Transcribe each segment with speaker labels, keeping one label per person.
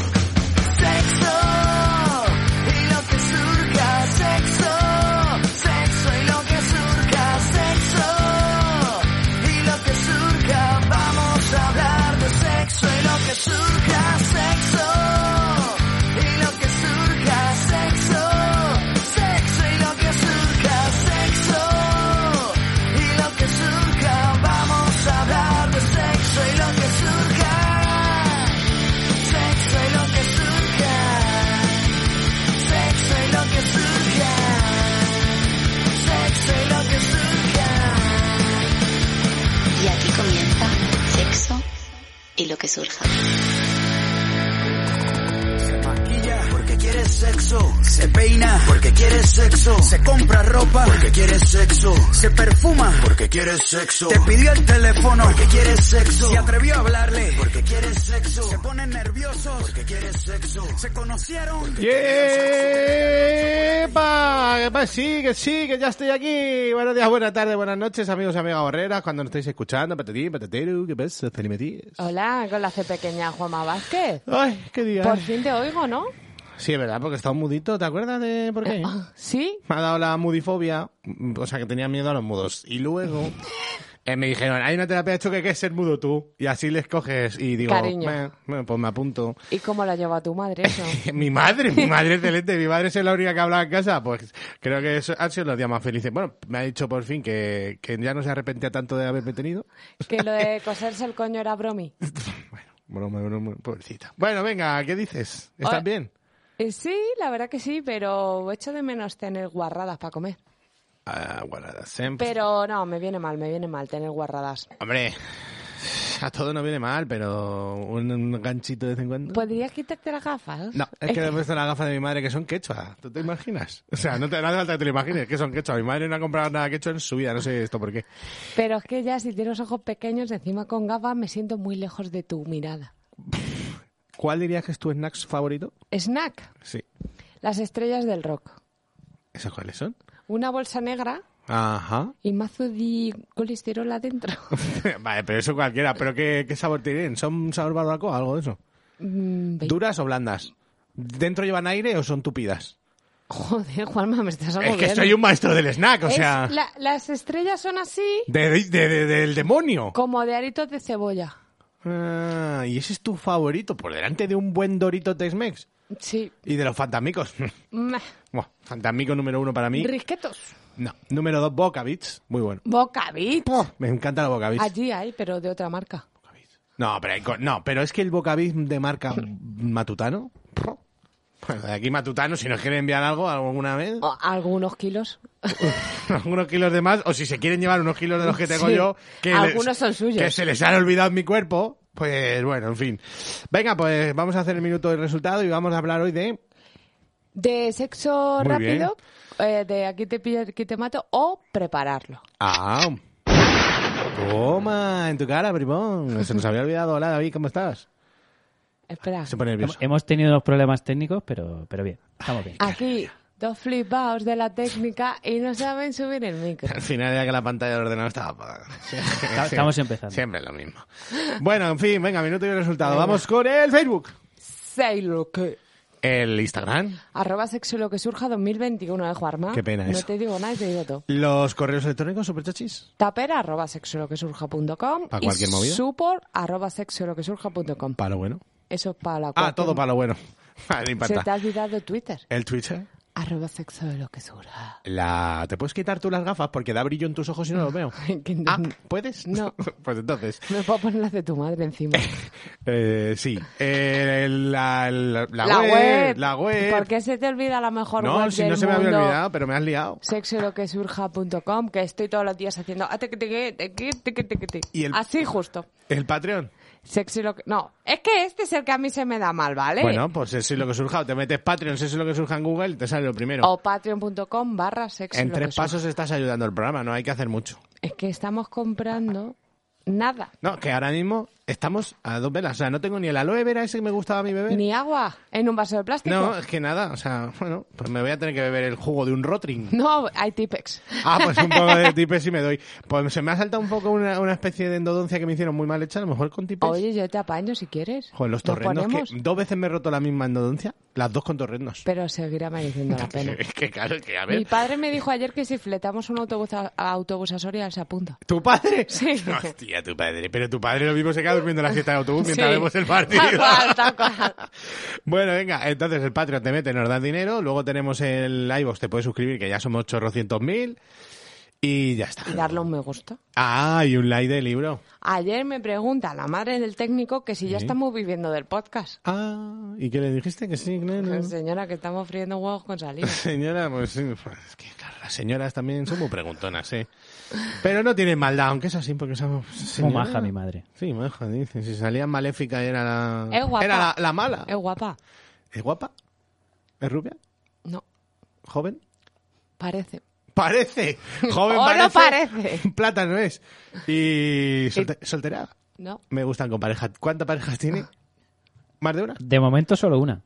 Speaker 1: Sexo y lo que surja, sexo, sexo y lo que surja, sexo y lo que surja, vamos a hablar de sexo y lo que surja, sexo y lo que surja, sexo, sexo y lo que surja, sexo y lo que surja, vamos a hablar de sexo y lo que surja. Sexo y lo que surja. Sexo y lo que surja. Sexo y lo que surja.
Speaker 2: Y aquí comienza sexo y lo que surja.
Speaker 3: maquilla porque quiere sexo, se peina porque quiere sexo, se compra ropa porque quiere sexo, se perfuma porque quiere sexo, te pidió el teléfono porque quiere sexo, se atrevió a hablarle porque quiere sexo, se ponen nerviosos porque quiere sexo, se conocieron porque
Speaker 4: ¡Yepa! Que pa- Sí, que sí, que ya estoy aquí. Buenos días, buenas tardes, buenas noches, amigos y amigas borreras. Cuando nos estáis escuchando, patatín, patatero, ¿qué pasa? Celimetíes.
Speaker 5: Hola, con la C pequeña Juanma Vázquez.
Speaker 4: Ay, qué día. ¿eh?
Speaker 5: Por fin te oigo, ¿no?
Speaker 4: Sí, es verdad, porque estaba mudito. ¿Te acuerdas de por qué?
Speaker 5: Sí.
Speaker 4: Me ha dado la mudifobia, mm, o sea, que tenía miedo a los mudos. Y luego eh, me dijeron, hay una terapia de choque que es ser mudo tú. Y así les coges y digo,
Speaker 5: Cariño.
Speaker 4: "Meh, meh, pues me apunto.
Speaker 5: ¿Y cómo la lleva tu madre eso?
Speaker 4: Mi madre, mi madre excelente, mi madre es la única que hablaba en casa, pues creo que eso han sido los días más felices. Bueno, me ha dicho por fin que, que ya no se arrepentía tanto de haberme tenido.
Speaker 5: que lo de coserse el coño era bromi.
Speaker 4: Broma, broma, pobrecita. Bueno, venga, ¿qué dices?
Speaker 5: Hola.
Speaker 4: ¿Estás bien?
Speaker 5: Eh, sí, la verdad que sí, pero echo de menos tener guarradas para comer.
Speaker 4: Ah, guardadas, siempre.
Speaker 5: Pero no, me viene mal, me viene mal tener guarradas.
Speaker 4: Hombre, a todo no viene mal, pero un, un ganchito de vez en cuando.
Speaker 5: ¿Podrías quitarte las gafas?
Speaker 4: No, es que le he puesto las gafas de mi madre que son quechua. ¿Tú te imaginas? O sea, no, te, no hace falta que te lo imagines, que son quechua. Mi madre no ha comprado nada quechua en su vida, no sé esto por qué.
Speaker 5: Pero es que ya si tienes ojos pequeños, encima con gafas, me siento muy lejos de tu mirada.
Speaker 4: ¿Cuál dirías que es tu snacks favorito?
Speaker 5: Snack,
Speaker 4: Sí.
Speaker 5: las estrellas del rock.
Speaker 4: ¿Esos cuáles son?
Speaker 5: Una bolsa negra
Speaker 4: Ajá.
Speaker 5: y mazo de colesterol adentro.
Speaker 4: vale, pero eso cualquiera. ¿Pero qué, qué sabor tienen? ¿Son sabor barbacoa algo de eso?
Speaker 5: Mm, ve-
Speaker 4: ¿Duras o blandas? ¿Dentro llevan aire o son tupidas?
Speaker 5: Joder, Juanma, me estás agobiando.
Speaker 4: Es que soy un maestro del snack, o
Speaker 5: Es-
Speaker 4: sea...
Speaker 5: la- las estrellas son así
Speaker 4: de- de- de- ¡Del demonio!
Speaker 5: como de aritos de cebolla.
Speaker 4: Ah, ¿Y ese es tu favorito? Por delante de un buen Dorito Tex-Mex.
Speaker 5: Sí.
Speaker 4: Y de los fantasmicos.
Speaker 5: Meh.
Speaker 4: Buah, Fantasmico número uno para mí.
Speaker 5: Risquetos.
Speaker 4: No. Número dos, Boca Beats. Muy bueno.
Speaker 5: Bocavit.
Speaker 4: Me encanta la Boca Beats.
Speaker 5: Allí hay, pero de otra marca.
Speaker 4: No, pero, hay co- no, pero es que el bocabis de marca Matutano. Bueno, de aquí Matutano, si nos quieren enviar algo alguna vez,
Speaker 5: O algunos kilos.
Speaker 4: algunos kilos de más, o si se quieren llevar unos kilos de los que tengo
Speaker 5: Sí.
Speaker 4: yo, que,
Speaker 5: Algunos
Speaker 4: les-
Speaker 5: son suyos.
Speaker 4: que se les han olvidado en mi cuerpo, pues bueno, en fin. Venga, pues vamos a hacer el minuto del resultado y vamos a hablar hoy de...
Speaker 5: De sexo
Speaker 4: Muy
Speaker 5: rápido, eh, de aquí te pillo, aquí te mato, o prepararlo.
Speaker 4: Ah, toma, en tu cara, primón. Se nos había olvidado. Hola, David, ¿cómo estás?
Speaker 5: Espera.
Speaker 4: Se pone nervioso.
Speaker 6: Hemos tenido unos problemas técnicos, pero, pero bien, estamos bien.
Speaker 5: Aquí, dos flipaos de la técnica y no saben subir el micro.
Speaker 4: Al final ya que la pantalla del ordenador estaba apagada. Sí,
Speaker 6: estamos empezando.
Speaker 4: Siempre lo mismo. Bueno, en fin, venga, minuto y el resultado. Vamos con el Facebook.
Speaker 5: Say lo que.
Speaker 4: El Instagram.
Speaker 5: Arroba sexo lo que surja 2021, de ¿eh, Juanma?
Speaker 4: Qué pena
Speaker 5: No
Speaker 4: eso.
Speaker 5: te digo nada y te digo todo.
Speaker 4: Los correos electrónicos, superchachis.
Speaker 5: tapera arroba sexoloquesurja.com
Speaker 4: Pa'
Speaker 5: y
Speaker 4: cualquier movida.
Speaker 5: supor arroba sexoloquesurja.com
Speaker 4: Para lo bueno.
Speaker 5: eso es para la
Speaker 4: Ah,
Speaker 5: cualquier-
Speaker 4: todo para lo bueno. Vale, no
Speaker 5: se te ha
Speaker 4: importa.
Speaker 5: olvidado Twitter
Speaker 4: El Twitter.
Speaker 5: Arroba sexo de lo que surja.
Speaker 4: La... ¿Te puedes quitar tú las gafas? Porque da brillo en tus ojos y no lo veo.
Speaker 5: Que no-
Speaker 4: Ah, ¿puedes?
Speaker 5: No.
Speaker 4: pues entonces,
Speaker 5: Me puedo poner las de tu madre encima.
Speaker 4: eh, sí. Eh, la, la- la
Speaker 5: la
Speaker 4: web,
Speaker 5: web,
Speaker 4: La web.
Speaker 5: ¿Por qué se te olvida la mejor
Speaker 4: no,
Speaker 5: web
Speaker 4: si
Speaker 5: del
Speaker 4: no se me había
Speaker 5: mundo?
Speaker 4: olvidado, pero me has liado.
Speaker 5: sexoloquesurja.com, que estoy todos los días haciendo ah, tiqui, tiqui, tiqui, tiqui, tiqui, tiqui.
Speaker 4: Y el-
Speaker 5: así justo.
Speaker 4: ¿El Patreon?
Speaker 5: Sexy lo que... No, es que este es el que a mí se me da mal, ¿vale?
Speaker 4: Bueno, pues eso es lo que surja. O te metes Patreon, eso es lo que surja en Google, te sale lo primero.
Speaker 5: o patreon.com barra sexy
Speaker 4: en
Speaker 5: lo que
Speaker 4: tres
Speaker 5: surja.
Speaker 4: pasos estás ayudando al programa, no hay que hacer mucho.
Speaker 5: Es que estamos comprando nada.
Speaker 4: No, que ahora mismo estamos a dos velas. O sea, no tengo ni el aloe vera ese que me gustaba a mi bebé.
Speaker 5: Ni agua en un vaso de plástico.
Speaker 4: No, es que nada. O sea, bueno, pues me voy a tener que beber el jugo de un Rotring.
Speaker 5: No, hay tipex.
Speaker 4: Ah, pues un poco de tipes y me doy. Pues se me ha saltado un poco una, una especie de endodoncia que me hicieron muy mal hecha, a lo mejor con tipes.
Speaker 5: Oye, yo te apaño si quieres.
Speaker 4: Joder, los
Speaker 5: Nos
Speaker 4: torrendos,
Speaker 5: ponemos,
Speaker 4: que dos veces me he roto la misma endodoncia, las dos con torrendos.
Speaker 5: Pero seguirá mereciendo la pena.
Speaker 4: Es que claro, es que a
Speaker 5: Mi
Speaker 4: ver.
Speaker 5: padre me dijo ayer que si fletamos un autobús a, a autobús a Soria, se apunta.
Speaker 4: ¿Tu padre?
Speaker 5: Sí.
Speaker 4: Hostia, tu padre. Pero tu padre lo mismo se queda durmiendo en la siesta de autobús mientras
Speaker 5: Sí.
Speaker 4: vemos el partido.
Speaker 5: Tal cual, tal cual.
Speaker 4: Bueno, venga, entonces el Patreon te mete, nos da dinero, luego tenemos el iVoox, te puedes suscribir, que ya somos 800.000 mil, y ya está.
Speaker 5: Y darle un me gusta.
Speaker 4: Ah, y un like de libro.
Speaker 5: Ayer me pregunta la madre del técnico que si ya estamos viviendo del podcast.
Speaker 4: Ah, ¿y qué le dijiste? Que sí, claro.
Speaker 5: Señora, que estamos friendo huevos con salida.
Speaker 4: Señora, pues sí, pues, es que claro, las señoras también son muy preguntonas, ¿eh? Pero no tienen maldad, aunque es así, porque somos...
Speaker 6: Como
Speaker 4: señora.
Speaker 6: maja mi madre.
Speaker 4: Sí, maja, dicen. Si salía maléfica era la...
Speaker 5: Es guapa.
Speaker 4: Era la, la mala.
Speaker 5: Es guapa.
Speaker 4: ¿Es guapa? ¿Es rubia?
Speaker 5: No,
Speaker 4: ¿Joven?
Speaker 5: parece.
Speaker 4: Parece. Joven
Speaker 5: O no
Speaker 4: parece.
Speaker 5: parece.
Speaker 4: Plata no es. Y solte- soltera.
Speaker 5: No.
Speaker 4: Me gustan con pareja. ¿Cuántas parejas tiene? ¿Más de una?
Speaker 6: De momento solo una.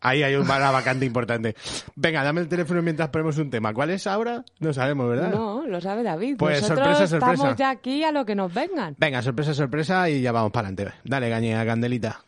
Speaker 4: Ahí hay una vacante importante. Venga, dame el teléfono mientras ponemos un tema. ¿Cuál es ahora? No sabemos, ¿verdad?
Speaker 5: No, lo sabe David.
Speaker 4: Ah. Pues,
Speaker 5: Nosotros
Speaker 4: sorpresa, sorpresa.
Speaker 5: estamos ya aquí a lo que nos vengan.
Speaker 4: Venga, sorpresa, sorpresa y ya vamos para adelante. Dale, caña, candelita.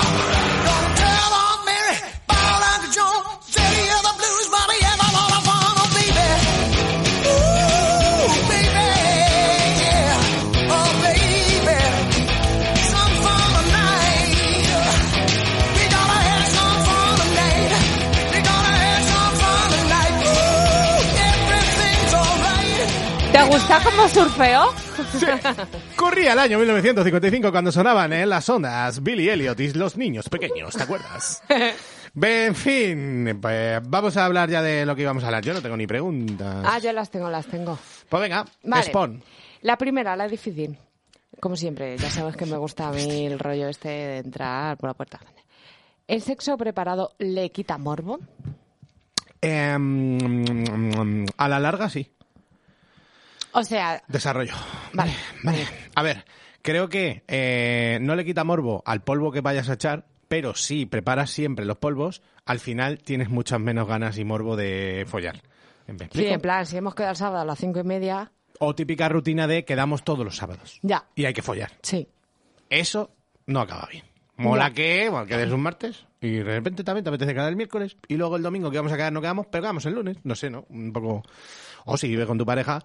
Speaker 1: Tell Aunt Mary, Bob and John, Teddy of the Blues, Bobby, have a lot of fun, oh baby. Ooh, baby, yeah, oh baby, some fun tonight. We gonna have some fun tonight. We gonna have some fun tonight. Ooh, everything's alright.
Speaker 5: ¿Te gusta cómo surfeó?
Speaker 4: Corría el año 1955 cuando sonaban en las ondas Billy Elliot y los niños pequeños, ¿te acuerdas? Ve, En fin, pues vamos a hablar ya de lo que íbamos a hablar. Yo no tengo ni
Speaker 5: Ah,
Speaker 4: preguntas.
Speaker 5: yo las tengo, las tengo.
Speaker 4: Pues venga,
Speaker 5: Vale.
Speaker 4: Spawn.
Speaker 5: La primera, la difícil. Como siempre, ya sabes que me gusta a mí el rollo este de entrar por la puerta grande. ¿El sexo preparado le quita morbo?
Speaker 4: Eh, mm, a la larga sí.
Speaker 5: O sea,
Speaker 4: Desarrollo.
Speaker 5: Vale.
Speaker 4: Vale. A ver, creo que eh, no le quita morbo al polvo que vayas a echar, pero si preparas siempre los polvos, al final tienes muchas menos ganas y morbo de follar. ¿Me
Speaker 5: sí,
Speaker 4: explico?
Speaker 5: en plan, si hemos quedado el sábado a las cinco y media,
Speaker 4: O típica rutina de quedamos todos los sábados.
Speaker 5: ya,
Speaker 4: Y hay que follar.
Speaker 5: sí.
Speaker 4: Eso no acaba bien. Mola
Speaker 5: Ya.
Speaker 4: que, bueno, quedes un martes y de repente también te apetece quedar el miércoles y luego el domingo que vamos a quedar no quedamos, pero quedamos el lunes. No sé, ¿no? Un poco... O si vives con tu pareja,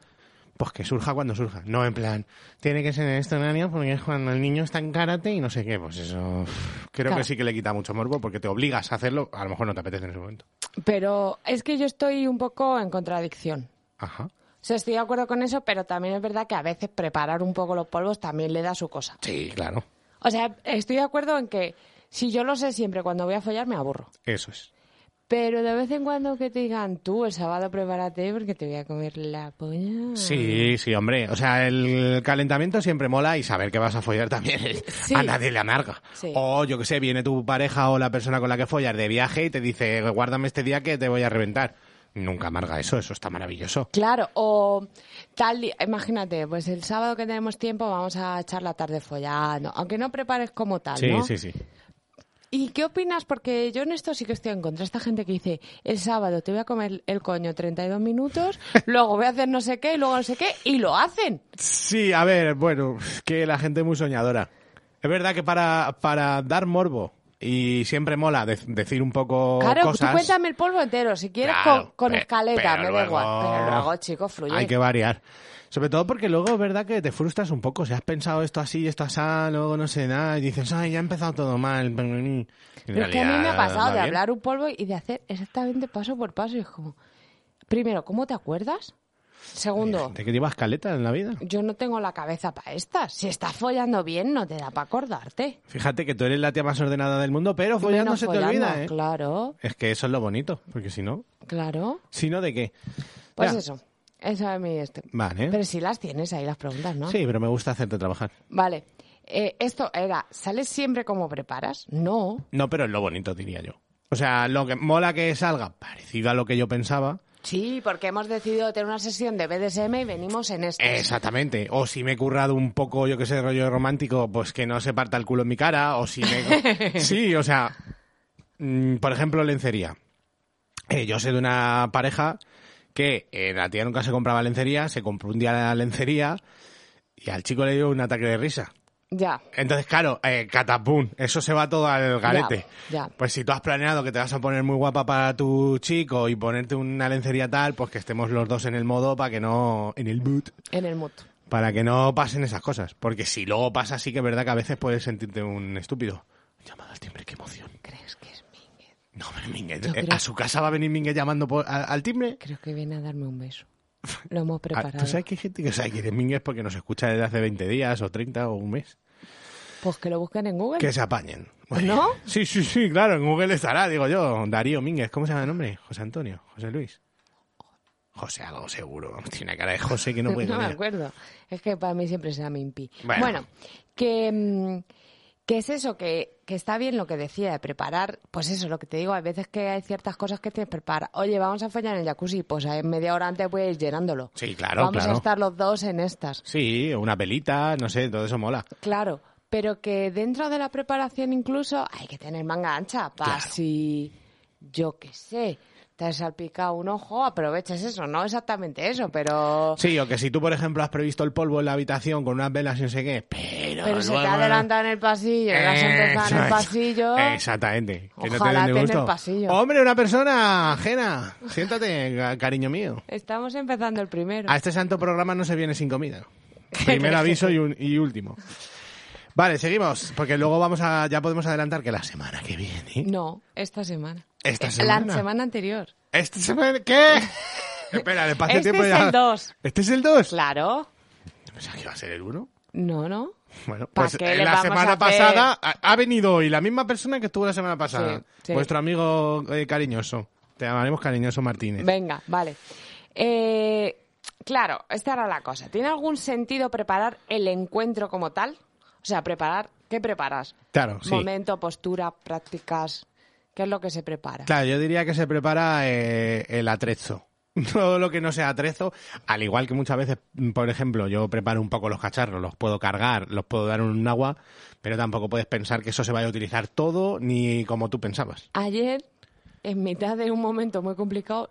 Speaker 4: pues que surja cuando surja. No en plan, tiene que ser en este horario porque es cuando el niño está en karate y no sé qué. Pues eso uf, creo
Speaker 5: Claro.
Speaker 4: que sí que le quita mucho morbo porque te obligas a hacerlo. A lo mejor no te apetece en ese momento.
Speaker 5: Pero es que yo estoy un poco en contradicción.
Speaker 4: Ajá.
Speaker 5: O sea, estoy de acuerdo con eso, pero también es verdad que a veces preparar un poco los polvos también le da su cosa.
Speaker 4: Sí, claro.
Speaker 5: O sea, estoy de acuerdo en que si yo lo sé siempre cuando voy a follar me aburro.
Speaker 4: Eso es.
Speaker 5: Pero de vez en cuando que te digan tú el sábado prepárate porque te voy a comer la polla.
Speaker 4: Sí, sí, hombre. O sea, el calentamiento siempre mola y saber que vas a follar también
Speaker 5: Sí.
Speaker 4: a nadie le amarga.
Speaker 5: Sí.
Speaker 4: O yo que sé, viene tu pareja o la persona con la que follas de viaje y te dice, guárdame este día que te voy a reventar. Nunca amarga eso, eso está maravilloso.
Speaker 5: Claro, o tal día, imagínate, pues el sábado que tenemos tiempo vamos a echar la tarde follando, aunque no prepares como tal,
Speaker 4: Sí,
Speaker 5: ¿no?
Speaker 4: sí, sí.
Speaker 5: ¿Y qué opinas? Porque yo en esto sí que estoy en contra. Esta gente que dice, el sábado te voy a comer el coño 32 minutos, luego voy a hacer no sé qué y luego no sé qué, y lo hacen.
Speaker 4: Sí, a ver, bueno, que la gente es muy soñadora. Es verdad que para, para dar morbo y siempre mola de- decir un poco
Speaker 5: claro,
Speaker 4: cosas.
Speaker 5: tú cuéntame el polvo entero, si quieres
Speaker 4: Claro,
Speaker 5: con, con
Speaker 4: pe-
Speaker 5: escaleta,
Speaker 4: pero
Speaker 5: me da
Speaker 4: luego-
Speaker 5: igual. Pero luego, chicos, fluye.
Speaker 4: Hay que variar. Sobre todo porque luego es verdad que te frustras un poco. Si has pensado esto así, esto así, luego no sé nada, y dices, ay, ya ha empezado todo mal. En
Speaker 5: Pero es que a mí me ha
Speaker 4: realidad,
Speaker 5: pasado
Speaker 4: va
Speaker 5: de
Speaker 4: bien.
Speaker 5: hablar un polvo y de hacer exactamente paso por paso. Y es como, primero, ¿cómo te acuerdas?
Speaker 4: Hay
Speaker 5: Segundo,
Speaker 4: gente que llevas caleta en la vida.
Speaker 5: yo no tengo la cabeza para estas. Si estás follando bien, no te da para acordarte.
Speaker 4: Fíjate que tú eres la tía más ordenada del mundo, pero follando
Speaker 5: Menos
Speaker 4: se
Speaker 5: follando,
Speaker 4: te olvida, ¿eh?
Speaker 5: Claro,
Speaker 4: Es que eso es lo bonito, porque si no,
Speaker 5: claro.
Speaker 4: si no, ¿de qué?
Speaker 5: Pues
Speaker 4: Ya.
Speaker 5: eso, eso es mi este.
Speaker 4: Vale.
Speaker 5: Pero si las tienes ahí las preguntas, ¿no?
Speaker 4: Sí, pero me gusta hacerte trabajar.
Speaker 5: Vale. Eh, esto era, ¿sales siempre como preparas? No.
Speaker 4: No, pero es lo bonito, diría yo. O sea, lo que mola que salga parecido a lo que yo pensaba.
Speaker 5: Sí, porque hemos decidido tener una sesión de BDSM y venimos en esto.
Speaker 4: Exactamente. O si me he currado un poco, yo que sé, rollo romántico, pues que no se parta el culo en mi cara. O si me... sí, o sea, mm, por ejemplo, lencería. Eh, yo sé de una pareja que eh, la tía nunca se compraba lencería, se compró un día la lencería y al chico le dio un ataque de risa.
Speaker 5: Ya.
Speaker 4: Entonces, claro, eh, catapum, eso se va todo al garete.
Speaker 5: ya.
Speaker 4: Pues si tú has planeado que te vas a poner muy guapa para tu chico y ponerte una lencería tal, pues que estemos los dos en el modo para que no, en el boot,
Speaker 5: En el mutuo.
Speaker 4: para que no pasen esas cosas. Porque si luego pasa, sí que es verdad que a veces puedes sentirte un estúpido. Llamada al timbre, qué emoción.
Speaker 5: ¿Crees que es Minguez?
Speaker 4: No, hombre, Minguez,
Speaker 5: Yo
Speaker 4: eh,
Speaker 5: creo-
Speaker 4: a su casa va a venir Minguez llamando por- a- al timbre.
Speaker 5: Creo que viene a darme un beso. Lo hemos
Speaker 4: Ah,
Speaker 5: preparado.
Speaker 4: ¿Tú sabes que hay gente que sabe quién es Minguez porque nos escucha desde hace 20 días o 30 o un mes?
Speaker 5: Pues que lo busquen en Google.
Speaker 4: Que se apañen.
Speaker 5: ¿No?
Speaker 4: Sí, sí, sí, claro, en Google estará, digo yo. Darío Mínguez, ¿cómo se llama el nombre? José Antonio, José Luis. José algo seguro, vamos, tiene una cara de José que no puede
Speaker 5: me
Speaker 4: tener.
Speaker 5: acuerdo. Es que para mí siempre será Mimpi.
Speaker 4: Bueno.
Speaker 5: Bueno, que, mm, que es eso, que, que está bien lo que decía de preparar. Pues eso, lo que te digo, hay veces que hay ciertas cosas que te preparas. Oye, vamos a follar en el jacuzzi, pues en media hora antes puedes ir llenándolo.
Speaker 4: Sí, claro,
Speaker 5: Vamos
Speaker 4: claro.
Speaker 5: a estar los dos en estas.
Speaker 4: Sí, una pelita, no sé, todo eso mola.
Speaker 5: Claro, pero que dentro de la preparación incluso hay que tener manga ancha para
Speaker 4: Claro.
Speaker 5: si, yo qué sé, te has salpicado un ojo, aproveches eso, no exactamente eso, pero...
Speaker 4: Sí, o que si tú, por ejemplo, has previsto el polvo en la habitación con unas velas y no sé qué, pero.
Speaker 5: Pero se te
Speaker 4: luego-
Speaker 5: ha adelantado en el pasillo, y has empezado en
Speaker 4: Eso
Speaker 5: el
Speaker 4: es.
Speaker 5: pasillo.
Speaker 4: Exactamente. Que no te
Speaker 5: Ojalá
Speaker 4: den de
Speaker 5: te en el
Speaker 4: gusto.
Speaker 5: pasillo.
Speaker 4: Hombre, una persona ajena. Siéntate, ca- cariño mío.
Speaker 5: Estamos empezando el primero.
Speaker 4: A este santo programa no se viene sin comida. Primer aviso y, un- y último. Vale, seguimos, porque luego vamos a, ya podemos adelantar que la semana que viene.
Speaker 5: No, esta semana.
Speaker 4: Esta
Speaker 5: Eh,
Speaker 4: semana.
Speaker 5: La semana anterior.
Speaker 4: ¿Esta semana qué? Espera, despacio
Speaker 5: Este
Speaker 4: tiempo
Speaker 5: es
Speaker 4: ya.
Speaker 5: el dos.
Speaker 4: ¿Este es el 2?
Speaker 5: Claro.
Speaker 4: Pensaba que iba a ser el 1.
Speaker 5: No, no.
Speaker 4: Bueno,
Speaker 5: ¿Pa'
Speaker 4: pues
Speaker 5: qué
Speaker 4: eh,
Speaker 5: le
Speaker 4: la
Speaker 5: vamos a
Speaker 4: semana
Speaker 5: hacer?
Speaker 4: pasada ha, ha venido hoy la misma persona que estuvo la semana pasada.
Speaker 5: Sí, sí.
Speaker 4: Vuestro amigo eh, cariñoso. Te llamaremos cariñoso Martínez.
Speaker 5: Venga, vale. Eh, claro, esta era la cosa. ¿Tiene algún sentido preparar el encuentro como tal? O sea, preparar, ¿qué preparas?
Speaker 4: Claro, sí.
Speaker 5: Momento, postura, prácticas. ¿Qué es lo que se prepara?
Speaker 4: Claro, yo diría que se prepara eh, el atrezo. Todo lo que no sea atrezo, al igual que muchas veces, mm, por ejemplo, yo preparo un poco los cacharros, los puedo cargar, los puedo dar en un agua, pero tampoco puedes pensar que eso se vaya a utilizar todo ni como tú pensabas.
Speaker 5: Ayer, en mitad de un momento muy complicado,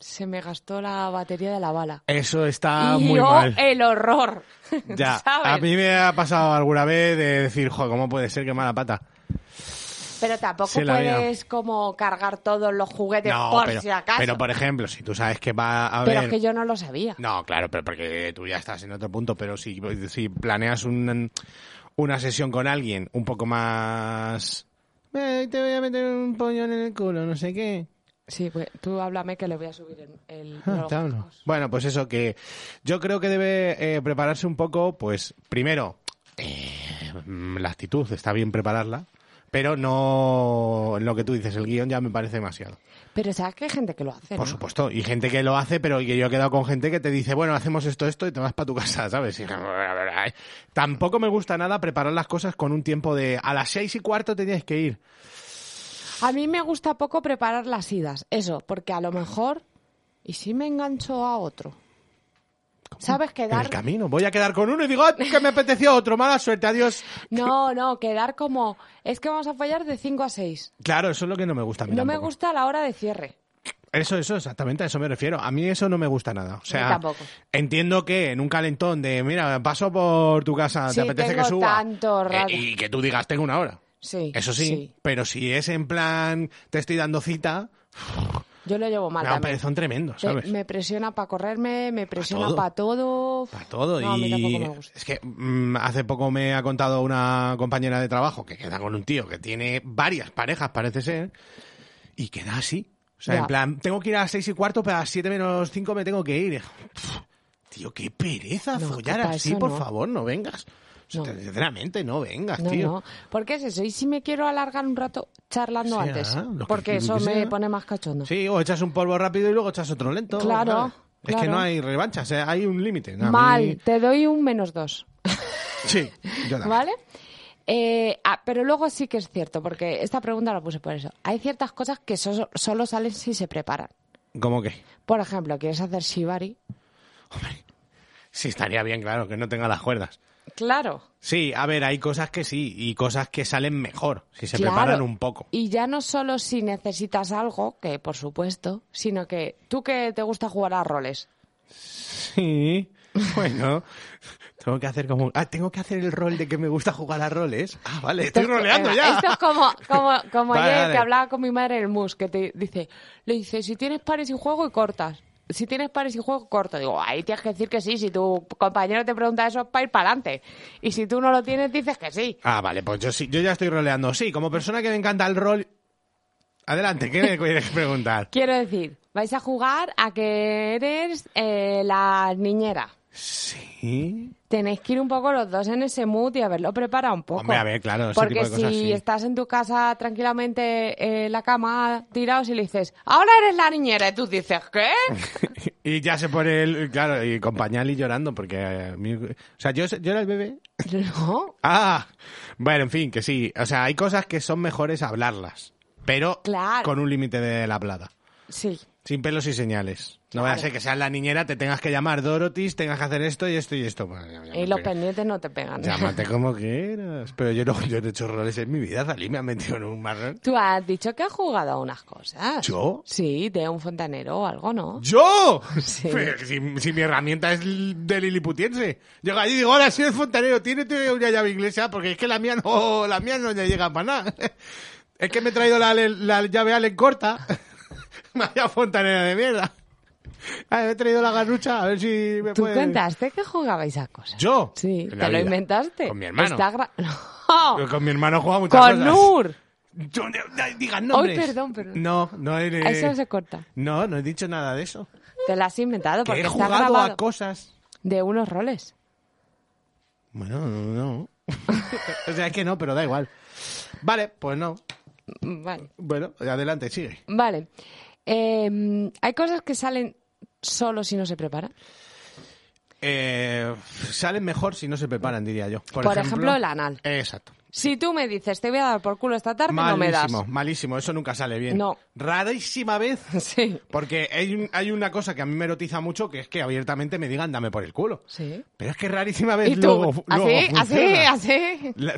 Speaker 5: se me gastó la batería de la bala.
Speaker 4: Eso está
Speaker 5: y
Speaker 4: Ah, muy
Speaker 5: yo,
Speaker 4: mal.
Speaker 5: el horror.
Speaker 4: Ya,
Speaker 5: ¿sabes?
Speaker 4: a mí me ha pasado alguna vez de decir, jo, ¿cómo puede ser que mala pata?
Speaker 5: Pero tampoco
Speaker 4: se la veo.
Speaker 5: puedes como cargar todos los juguetes
Speaker 4: No,
Speaker 5: por
Speaker 4: pero,
Speaker 5: si acaso.
Speaker 4: pero por ejemplo, si tú sabes que va a haber...
Speaker 5: Pero es que yo no lo sabía.
Speaker 4: No, claro, pero porque tú ya estás en otro punto, pero si, si planeas un- una sesión con alguien un poco más... "Eh, te voy a meter un pollón en el culo, no sé qué.
Speaker 5: Sí, pues tú háblame que le voy a subir el... el-
Speaker 4: Ah,
Speaker 5: los
Speaker 4: te hablo.
Speaker 5: cascos.
Speaker 4: Bueno, pues eso, que yo creo que debe eh, prepararse un poco, pues primero, eh, mm, la actitud está bien prepararla, pero no lo que tú dices, el guión ya me parece demasiado.
Speaker 5: Pero sabes que hay gente que lo hace.
Speaker 4: Por
Speaker 5: ¿no?
Speaker 4: supuesto, y gente que lo hace, pero que yo he quedado con gente que te dice, bueno, hacemos esto, esto, y te vas para tu casa, ¿sabes? Y- Tampoco me gusta nada preparar las cosas con un tiempo de a las seis y cuarto te tienes que ir.
Speaker 5: A mí me gusta poco preparar las idas, eso, porque a lo mejor, ¿y si me engancho a otro? ¿Sabes
Speaker 4: En el
Speaker 5: quedar?
Speaker 4: camino, voy a quedar con uno y digo, "Ah, que me apeteció otro, mala suerte, adiós.
Speaker 5: No, no, quedar como, es que vamos a fallar de 5 a 6.
Speaker 4: Claro, eso es lo que no me gusta a mí
Speaker 5: No me
Speaker 4: tampoco.
Speaker 5: gusta la hora de cierre.
Speaker 4: Eso, eso, exactamente, a eso me refiero. A mí eso no me gusta nada. O sea,
Speaker 5: tampoco.
Speaker 4: entiendo que en un calentón de, mira, paso por tu casa,
Speaker 5: Sí,
Speaker 4: te apetece
Speaker 5: tengo
Speaker 4: que suba.
Speaker 5: tanto
Speaker 4: Eh,
Speaker 5: rato.
Speaker 4: y que tú digas, tengo una hora.
Speaker 5: Sí.
Speaker 4: Eso sí, pero si es en plan, te estoy dando cita,
Speaker 5: Yo lo llevo mal
Speaker 4: me da un
Speaker 5: también.
Speaker 4: perezón tremendo,
Speaker 5: Te-
Speaker 4: ¿sabes?
Speaker 5: me presiona para correrme, me presiona
Speaker 4: todo.
Speaker 5: para todo.
Speaker 4: Para todo.
Speaker 5: No, a mí
Speaker 4: y
Speaker 5: tampoco me gusta.
Speaker 4: es que mm, hace poco me ha contado una compañera de trabajo que queda con un tío que tiene varias parejas, parece ser, y queda así. O sea,
Speaker 5: Ya.
Speaker 4: en plan, tengo que ir a las seis y cuarto, pero a las siete menos cinco me tengo que ir. Pff, tío, qué pereza
Speaker 5: No,
Speaker 4: follar
Speaker 5: pa'
Speaker 4: así,
Speaker 5: eso
Speaker 4: por
Speaker 5: no.
Speaker 4: favor, no vengas. O sea,
Speaker 5: No.
Speaker 4: te- Sinceramente, no vengas,
Speaker 5: No,
Speaker 4: Ah, tío.
Speaker 5: no. Porque es eso. Y si me quiero alargar un rato charlando
Speaker 4: Sea,
Speaker 5: antes.
Speaker 4: lo que-
Speaker 5: Porque
Speaker 4: lo
Speaker 5: eso
Speaker 4: que
Speaker 5: me
Speaker 4: sea.
Speaker 5: pone más cachondo.
Speaker 4: Sí, o echas un polvo rápido y luego echas otro lento.
Speaker 5: Claro,
Speaker 4: ¿sabes? Es que
Speaker 5: claro.
Speaker 4: no hay revancha, o sea, hay un límite. A mí-
Speaker 5: Mal, te doy un menos dos.
Speaker 4: Sí, yo también.
Speaker 5: ¿Vale? Eh, ah, pero luego sí que es cierto, porque esta pregunta la puse por eso. Hay ciertas cosas que so- solo salen si se preparan.
Speaker 4: ¿Cómo que?
Speaker 5: Por ejemplo, quieres hacer shibari.
Speaker 4: Hombre, sí, estaría bien, claro, que no tenga las cuerdas.
Speaker 5: Claro.
Speaker 4: Sí, a ver, hay cosas que sí y cosas que salen mejor si se
Speaker 5: Claro.
Speaker 4: preparan un poco.
Speaker 5: Y ya no solo si necesitas algo, que por supuesto, sino que tú que te gusta jugar a roles.
Speaker 4: Sí, bueno, tengo que hacer como. Ah, tengo que hacer el rol de que me gusta jugar a roles. Ah, vale, estoy
Speaker 5: Esto es-
Speaker 4: roleando
Speaker 5: eh,
Speaker 4: ya.
Speaker 5: Esto es como, como, como
Speaker 4: Vale,
Speaker 5: ayer
Speaker 4: vale.
Speaker 5: que hablaba con mi madre en el mus, que te dice, le dice, si tienes pares y juego y cortas. Si tienes pares y juego, corto. Digo, ahí tienes que decir que sí. Si tu compañero te pregunta eso, es para ir para adelante. Y si tú no lo tienes, dices que sí.
Speaker 4: Ah, vale, pues yo sí, yo ya estoy roleando. Sí, como persona que me encanta el rol. Adelante, ¿qué me quieres preguntar?
Speaker 5: Quiero decir, vais a jugar a que eres eh, la niñera.
Speaker 4: Sí.
Speaker 5: Tenéis que ir un poco los dos en ese mood y haberlo preparado un poco.
Speaker 4: Hombre, a ver, claro, ese
Speaker 5: Porque
Speaker 4: tipo de cosas,
Speaker 5: si
Speaker 4: sí.
Speaker 5: estás en tu casa tranquilamente eh, en la cama tirados y le dices, ahora eres la niñera, y tú dices, ¿qué?
Speaker 4: Y ya se pone el. Claro, y con pañal y llorando, porque. eh, a mí- o sea, yo, yo era el bebé
Speaker 5: no,
Speaker 4: Ah, bueno, en fin, que sí. O sea, hay cosas que son mejores hablarlas, pero
Speaker 5: Claro.
Speaker 4: con un límite de la plata.
Speaker 5: sí.
Speaker 4: Sin pelos y señales. No vaya a ser que seas la niñera, te tengas que llamar Dorotis, tengas que hacer esto y esto y esto. Bueno, ya- ya
Speaker 5: Y
Speaker 4: me
Speaker 5: eh, los
Speaker 4: pega.
Speaker 5: pendientes no te pegan.
Speaker 4: Llámate como quieras. Pero yo no, yo no he hecho roles en mi vida, Dalí me han metido en un marrón.
Speaker 5: Tú has dicho que has jugado a unas cosas.
Speaker 4: ¿Yo?
Speaker 5: Sí, de un fontanero o algo, ¿no?
Speaker 4: ¡Yo!
Speaker 5: Sí.
Speaker 4: Pero si, si mi herramienta es de liliputiense. Llego allí y digo, hola, soy el fontanero, tiene tiene una llave inglesa porque es que la mía no, la mía no le llega para nada. Es que me he traído la, Ale- la llave Allen corta. Vaya fontanera de mierda. A ver, me he traído la garrucha, a ver si me
Speaker 5: Tú
Speaker 4: puede...
Speaker 5: contaste que jugabais a cosas.
Speaker 4: pues- ¿Yo?
Speaker 5: Sí,
Speaker 4: En
Speaker 5: te
Speaker 4: la
Speaker 5: lo
Speaker 4: vida.
Speaker 5: inventaste.
Speaker 4: Con mi hermano.
Speaker 5: Está gra-
Speaker 4: Yo
Speaker 5: No.
Speaker 4: Con mi hermano jugaba muchas
Speaker 5: Con
Speaker 4: cosas.
Speaker 5: Nur.
Speaker 4: Yo- no, no digas nombres.
Speaker 5: Ay, perdón, perdón.
Speaker 4: No, no he...
Speaker 5: Eso se corta.
Speaker 4: No, no he dicho nada de eso.
Speaker 5: Te lo has inventado
Speaker 4: Que
Speaker 5: porque
Speaker 4: he
Speaker 5: está
Speaker 4: jugado
Speaker 5: grabado
Speaker 4: a cosas.
Speaker 5: de unos roles.
Speaker 4: Bueno, no. o sea, es que no, pero da igual. Vale, pues no.
Speaker 5: Mm, Vale.
Speaker 4: Bueno, adelante, sigue.
Speaker 5: Vale. Eh, Hay cosas que salen solo si no se prepara.
Speaker 4: Eh, salen mejor si no se preparan, diría yo. Por,
Speaker 5: Por ejemplo, el anal.
Speaker 4: Exacto.
Speaker 5: Si tú me dices, te voy a dar por culo esta tarde, no me das.
Speaker 4: Malísimo, malísimo, eso nunca sale bien.
Speaker 5: No.
Speaker 4: Rarísima vez.
Speaker 5: Sí.
Speaker 4: Porque hay, un- hay una cosa que a mí me erotiza mucho, que es que abiertamente me digan dame por el culo.
Speaker 5: Sí.
Speaker 4: Pero es que rarísima vez
Speaker 5: Y tú,
Speaker 4: Pues luego, luego
Speaker 5: así, así,
Speaker 4: funciona.
Speaker 5: así.
Speaker 4: La-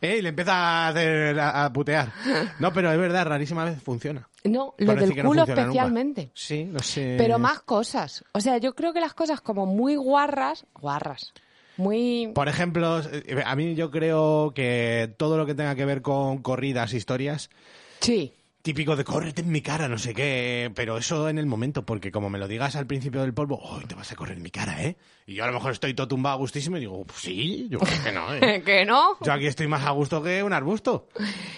Speaker 4: Eh, y le empieza a, hacer- a- a putear. No, pero es verdad, rarísima vez funciona.
Speaker 5: No, lo
Speaker 4: Parece
Speaker 5: del
Speaker 4: que no
Speaker 5: culo
Speaker 4: funciona nunca.
Speaker 5: especialmente.
Speaker 4: Sí, no sé.
Speaker 5: Pero más cosas. O sea, yo creo que las cosas como muy guarras, guarras, muy...
Speaker 4: Por ejemplo, eh, a mí yo creo que todo lo que tenga que ver con corridas, historias,
Speaker 5: Sí.
Speaker 4: típico de córrete en mi cara, no sé qué, pero eso en el momento, porque como me lo digas al principio del polvo, hoy te vas a correr en mi cara, ¿eh? Y yo a lo mejor estoy todo tumbado a gustísimo y digo, pues sí, yo creo que no, ¿eh?
Speaker 5: ¿Que no?
Speaker 4: Yo aquí estoy más a gusto que un arbusto,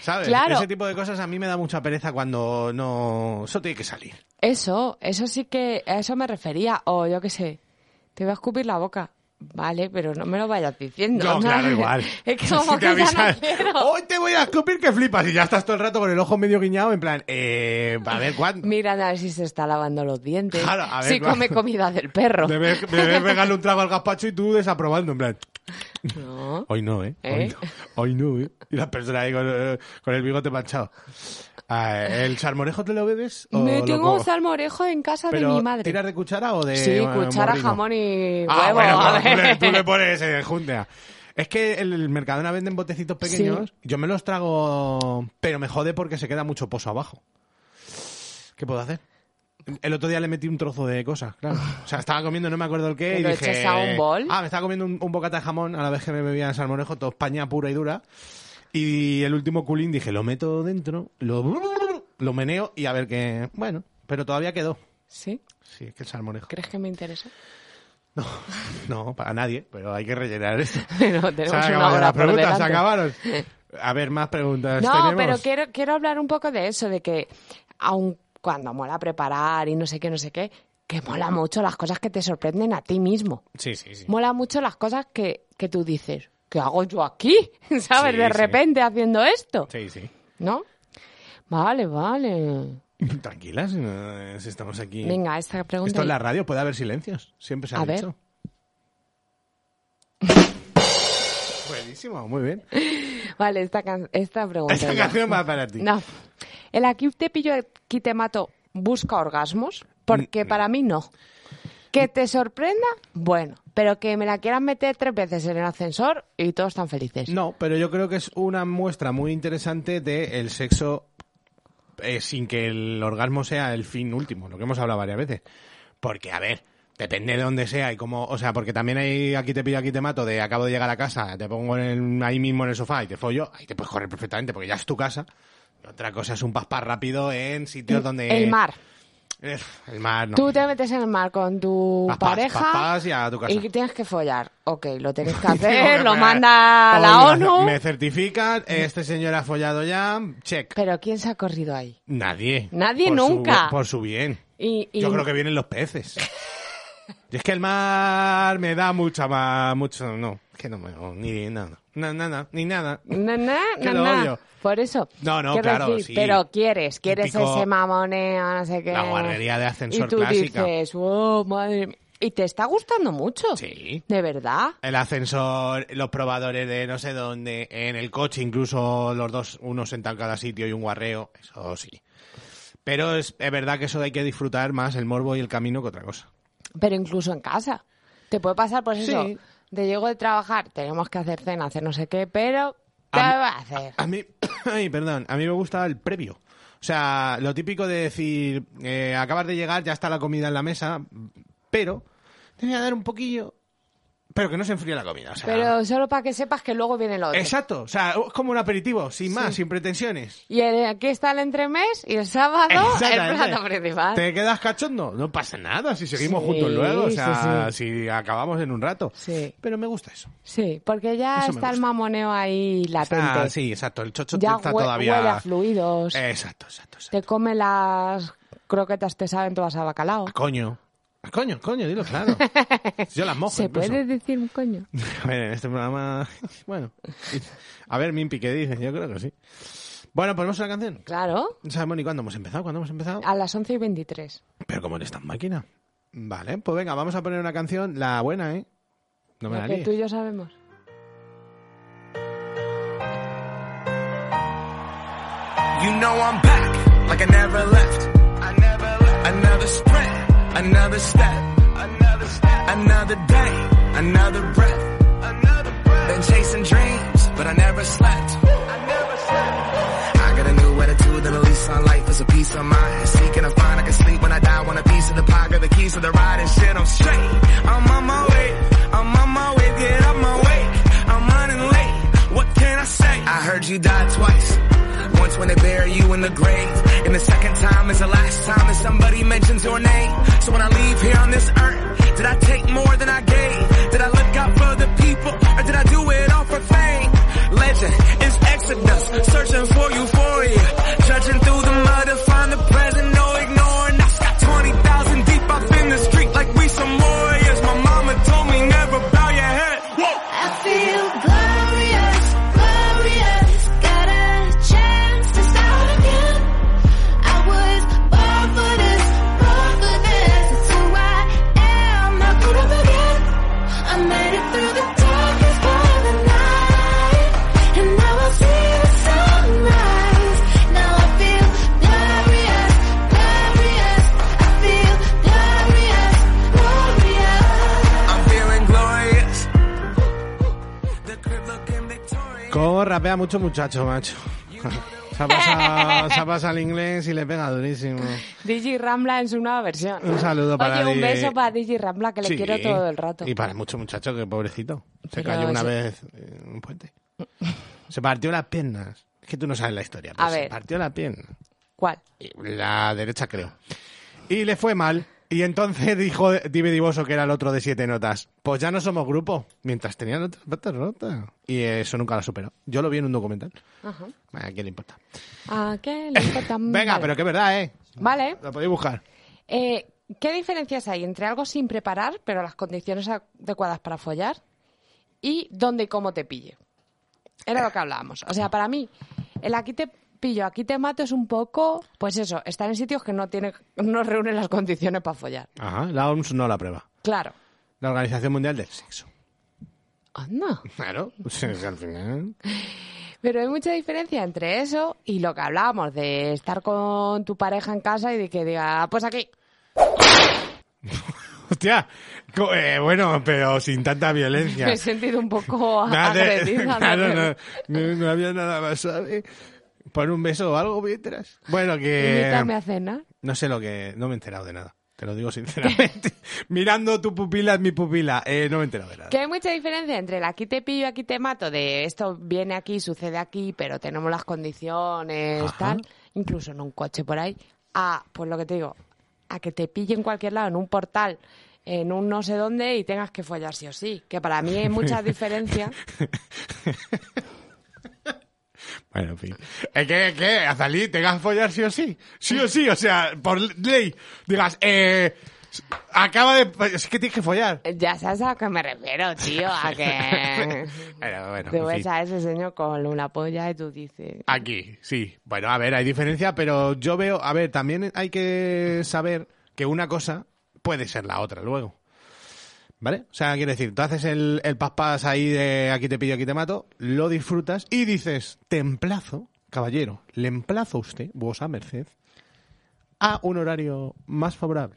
Speaker 4: ¿sabes?
Speaker 5: Claro.
Speaker 4: Ese tipo de cosas a mí me da mucha pereza cuando no... Eso tiene que salir.
Speaker 5: Eso, eso sí que... A eso me refería. O yo qué sé, te voy a escupir la boca. Vale, pero no me lo vayas diciendo.
Speaker 4: No,
Speaker 5: ¿no?
Speaker 4: claro, igual.
Speaker 5: Es que
Speaker 4: Si
Speaker 5: como
Speaker 4: te Oh.
Speaker 5: que ya
Speaker 4: avisan,
Speaker 5: no quiero.
Speaker 4: Hoy te voy a escupir que flipas y ya estás todo el rato con el ojo medio guiñado en plan, eh, a ver cuándo.
Speaker 5: Mira a ver si se está lavando los dientes.
Speaker 4: Claro, a ver,
Speaker 5: si
Speaker 4: claro.
Speaker 5: come comida del perro.
Speaker 4: Debes, debes pegarle un trago al gazpacho y tú desaprobando, en plan.
Speaker 5: No.
Speaker 4: Hoy no, ¿eh? Hoy
Speaker 5: ¿Eh?
Speaker 4: no, hoy no, ¿eh? Y la persona ahí con, eh, con el bigote manchado. Ah, ¿El salmorejo te lo bebes? O
Speaker 5: Me
Speaker 4: lo
Speaker 5: tengo
Speaker 4: co-
Speaker 5: salmorejo en casa
Speaker 4: Oh, pero
Speaker 5: de mi madre.
Speaker 4: ¿Tiras de cuchara o de.?
Speaker 5: Sí,
Speaker 4: eh,
Speaker 5: cuchara,
Speaker 4: morrino?
Speaker 5: jamón y huevo.
Speaker 4: Ah, bueno,
Speaker 5: a
Speaker 4: tú le-
Speaker 5: ver.
Speaker 4: tú le pones eh, junta. Es que el, el Mercadona venden botecitos pequeños. Yo me los trago, pero me jode porque se queda mucho pozo abajo. ¿Qué puedo hacer? El otro día le metí un trozo de cosas, claro. O sea, estaba comiendo, no me acuerdo el qué,
Speaker 5: ¿Y
Speaker 4: y
Speaker 5: lo
Speaker 4: dije...
Speaker 5: echas a un bol?
Speaker 4: Ah, me estaba comiendo un, un bocata de jamón a la vez que me bebía el salmorejo, todo España pura y dura. Y el último culín dije, lo meto dentro, lo, lo meneo y a ver qué... Bueno, pero todavía quedó.
Speaker 5: ¿Sí?
Speaker 4: Sí, es que el salmorejo...
Speaker 5: ¿Crees que me interesa?
Speaker 4: No, no, para nadie, pero hay que rellenar esto.
Speaker 5: Pero
Speaker 4: Se
Speaker 5: tenemos
Speaker 4: han
Speaker 5: una
Speaker 4: acabado
Speaker 5: hora
Speaker 4: las
Speaker 5: por
Speaker 4: preguntas, se
Speaker 5: delante. Eh.
Speaker 4: acabaron. A ver, más preguntas.
Speaker 5: No,
Speaker 4: tenemos.
Speaker 5: pero quiero, quiero hablar un poco de eso, de que aun cuando mola preparar y no sé qué, no sé qué, que mola mucho las cosas que te sorprenden a ti mismo.
Speaker 4: Sí, sí, sí.
Speaker 5: Mola mucho las cosas que, que tú dices, ¿qué hago yo aquí? ¿Sabes?
Speaker 4: Sí,
Speaker 5: de
Speaker 4: sí.
Speaker 5: repente haciendo esto,
Speaker 4: Sí, sí.
Speaker 5: ¿no? Vale, vale.
Speaker 4: Tranquilas, eh, si estamos aquí.
Speaker 5: Venga, esta pregunta.
Speaker 4: Esto en la radio puede haber silencios. Siempre se ha
Speaker 5: A ver.
Speaker 4: dicho. Buenísimo, muy bien.
Speaker 5: Vale, esta, can- esta pregunta.
Speaker 4: Esta
Speaker 5: ya.
Speaker 4: canción va para ti.
Speaker 5: No. El aquí te pillo, aquí te mato, busca orgasmos,
Speaker 4: Mm,
Speaker 5: porque para mí no. Que te sorprenda, bueno, pero que me la quieran meter tres veces en el ascensor y todos están felices.
Speaker 4: No, pero yo creo que es una muestra muy interesante de el sexo eh, sin que el orgasmo sea el fin último, lo que hemos hablado varias veces. Porque, a ver, depende de dónde sea y cómo, o sea, porque también hay aquí te pillo, aquí te mato, de acabo de llegar a casa, te pongo en el- ahí mismo en el sofá y te follo, ahí te puedes correr perfectamente porque ya es tu casa. Y otra cosa es un paspar rápido en sitios donde...
Speaker 5: El mar.
Speaker 4: Eh, el mar, no.
Speaker 5: Tú te metes en el mar con tu
Speaker 4: Pas, pas,
Speaker 5: pareja
Speaker 4: pas, pas y a tu casa.
Speaker 5: y tienes que follar. Ok, lo tienes que
Speaker 4: Tengo
Speaker 5: hacer,
Speaker 4: que
Speaker 5: lo
Speaker 4: parar.
Speaker 5: manda la
Speaker 4: Oiga,
Speaker 5: ONU.
Speaker 4: Me certifican, este señor ha follado ya, check.
Speaker 5: Pero ¿quién se ha corrido ahí?
Speaker 4: Nadie.
Speaker 5: Nadie
Speaker 4: Por su-
Speaker 5: nunca.
Speaker 4: por su bien.
Speaker 5: Y, y-
Speaker 4: Yo creo que vienen los peces. Y es que el mar me da mucha más, mucho, no, es que no me, no, ni nada, nada, nada, ni nada.
Speaker 5: Na, na,
Speaker 4: Que
Speaker 5: na,
Speaker 4: lo
Speaker 5: na.
Speaker 4: odio.
Speaker 5: Por eso.
Speaker 4: No, no,
Speaker 5: Quiero
Speaker 4: claro, sí.
Speaker 5: Pero quieres, quieres
Speaker 4: Típico-
Speaker 5: ese mamoneo, no sé qué.
Speaker 4: La guarrería de ascensor
Speaker 5: Y tú
Speaker 4: clásica.
Speaker 5: dices, oh, madre mía. Y te está gustando mucho.
Speaker 4: Sí.
Speaker 5: ¿De verdad?
Speaker 4: El ascensor, los probadores de no sé dónde, en el coche incluso los dos, uno sentado en cada sitio y un guarreo, eso sí. Pero es, es verdad que eso hay que disfrutar más el morbo y el camino que otra cosa.
Speaker 5: Pero incluso en casa. Te puede pasar por eso.
Speaker 4: Sí.
Speaker 5: Te llego de trabajar, tenemos que hacer cena, hacer no sé qué, pero... ¿Qué
Speaker 4: A mí-
Speaker 5: va a hacer?
Speaker 4: A mí, ay, perdón, a mí me gusta el previo. O sea, lo típico de decir, eh, acabas de llegar, ya está la comida en la mesa, pero te voy a dar un poquillo, pero que no se enfríe la comida. O sea,
Speaker 5: Pero solo para que sepas que luego viene el otro.
Speaker 4: exacto, o sea, es como un aperitivo, sin más, sin pretensiones.
Speaker 5: Y el- aquí está el entremés y el sábado el
Speaker 4: Exactamente.
Speaker 5: plato principal.
Speaker 4: ¿Te quedas cachondo? No pasa nada si seguimos
Speaker 5: Sí,
Speaker 4: juntos luego, o
Speaker 5: sí,
Speaker 4: sea, si acabamos en un rato.
Speaker 5: Sí.
Speaker 4: Pero me gusta eso.
Speaker 5: Sí, porque ya
Speaker 4: Eso me
Speaker 5: está el
Speaker 4: gusta.
Speaker 5: mamoneo ahí latente.
Speaker 4: Ah, sí, exacto, el chocho
Speaker 5: ya
Speaker 4: está
Speaker 5: hue-
Speaker 4: todavía... eh,
Speaker 5: huele a fluidos.
Speaker 4: Exacto, exacto, exacto.
Speaker 5: Te come las croquetas, te saben todas a bacalao.
Speaker 4: A coño. A coño, coño, dilo claro. Yo las mojo.
Speaker 5: ¿Se
Speaker 4: incluso.
Speaker 5: puede decir un coño?
Speaker 4: A ver, en este programa. Bueno. A ver, Mimpi, ¿qué dices? Yo creo que sí. Bueno, ponemos una canción.
Speaker 5: Claro,
Speaker 4: No sabemos ni cuándo hemos empezado, cuándo hemos empezado.
Speaker 5: a las 11 y 23.
Speaker 4: Pero como eres tan máquina. Vale, pues venga, vamos a poner una canción, la buena, ¿eh? No me
Speaker 5: Lo
Speaker 4: la
Speaker 5: que
Speaker 4: líes.
Speaker 5: tú y yo sabemos.
Speaker 3: You know I'm back, like I never left. I never left. Another sprint, another step, another step, another day, another breath, another breath. Been chasing dreams, but I never slept. I never slept. I got a new attitude and a lease on life is a piece of mind. Seeking a find, I can sleep when I die. Want a piece of the pie, got the keys to the ride and shit. I'm straight. I'm on my way. I'm on my way. Get on my way. I'm running late. What can I say? I heard you die twice. Once when they bury you in the grave, and the second time is the last time that somebody mentions your name. So when I leave here on this earth, did I take more than I gave? Did I look out for the people, or did I do it all for fame? Legend is exodus, searching for euphoria, judging through the mud to find the present, no ignoring. I got 20,000 deep up in the street like we some warriors. My mama told me never bow your
Speaker 4: ¿Cómo rapea mucho muchacho, macho? Se ha pasado, se ha pasado al inglés y le pega durísimo.
Speaker 5: DJ Rambla en su nueva versión.
Speaker 4: Un saludo para
Speaker 5: Oye, un
Speaker 4: DJ.
Speaker 5: beso para DJ Rambla, que le
Speaker 4: Sí.
Speaker 5: quiero todo el rato.
Speaker 4: Y para mucho muchacho, que pobrecito. Se
Speaker 5: Pero
Speaker 4: cayó una
Speaker 5: sí.
Speaker 4: vez en un puente. Se partió las piernas. Es que tú no sabes la historia.
Speaker 5: A
Speaker 4: pero Se
Speaker 5: ver.
Speaker 4: partió la pierna.
Speaker 5: ¿Cuál?
Speaker 4: La derecha, creo. Y le fue mal. Y entonces dijo Dime Divoso, que era el otro de siete notas. Pues ya no somos grupo. Mientras tenían otras notas rotas. Y eso nunca la superó. Yo lo vi en un documental.
Speaker 5: Ajá.
Speaker 4: ¿A quién le importa?
Speaker 5: ¿A qué le importa?
Speaker 4: Venga,
Speaker 5: Vale.
Speaker 4: pero que es verdad, ¿eh?
Speaker 5: Vale.
Speaker 4: Lo podéis buscar.
Speaker 5: Eh, ¿Qué diferencias hay entre algo sin preparar, pero las condiciones adecuadas para follar, y dónde y cómo te pille? Era lo que hablábamos. O sea, para mí, el aquí te pillo, aquí te mato es un poco, pues eso, estar en sitios que no, tiene, no reúnen las condiciones para follar.
Speaker 4: Ajá, la OMS no la prueba.
Speaker 5: Claro.
Speaker 4: La Organización Mundial del Sexo.
Speaker 5: Anda.
Speaker 4: Claro. Sí, al final.
Speaker 5: Pero hay mucha diferencia entre eso y lo que hablábamos de estar con tu pareja en casa y de que diga, "Ah, pues aquí.
Speaker 4: Hostia, co- eh, bueno, pero sin tanta violencia.
Speaker 5: Me he sentido un poco
Speaker 4: Nada de-
Speaker 5: agredida.
Speaker 4: claro, no, no- no había nada más, ¿sabes? Pon un beso o algo mientras. Bueno,
Speaker 5: Invítame a
Speaker 4: que...
Speaker 5: cenar.
Speaker 4: No sé lo que... No me he enterado de nada. Te lo digo sinceramente. Mirando tu pupila en mi pupila. eh, no me he enterado de nada.
Speaker 5: Que hay mucha diferencia entre el aquí te pillo, aquí te mato, de esto viene aquí, sucede aquí, pero tenemos las condiciones,
Speaker 4: Ajá.
Speaker 5: tal, incluso en un coche por ahí, a, pues lo que te digo, a que te pille en cualquier lado, en un portal, en un no sé dónde y tengas que follar sí o sí. Que para mí hay mucha diferencia.
Speaker 4: Bueno, en fin. Eh, Es que, que, Azalí, tengas que follar sí o sí. Sí o sí, o sea, por ley. Digas, eh... Acaba de... pues, Es que tienes que follar.
Speaker 5: ya sabes a qué me refiero, tío, a que...
Speaker 4: Bueno, bueno,
Speaker 5: Te
Speaker 4: en
Speaker 5: ves
Speaker 4: fin.
Speaker 5: a ese señor con una polla y tú dices...
Speaker 4: Aquí, sí. Bueno, a ver, hay diferencia, pero yo veo, a ver, también hay que saber que una cosa puede ser la otra luego. ¿Vale? O sea, quiero decir, tú haces el, el pas-pas ahí de aquí te pillo, aquí te mato, lo disfrutas y dices, te emplazo, caballero, le emplazo a usted, vos a merced, a un horario más favorable.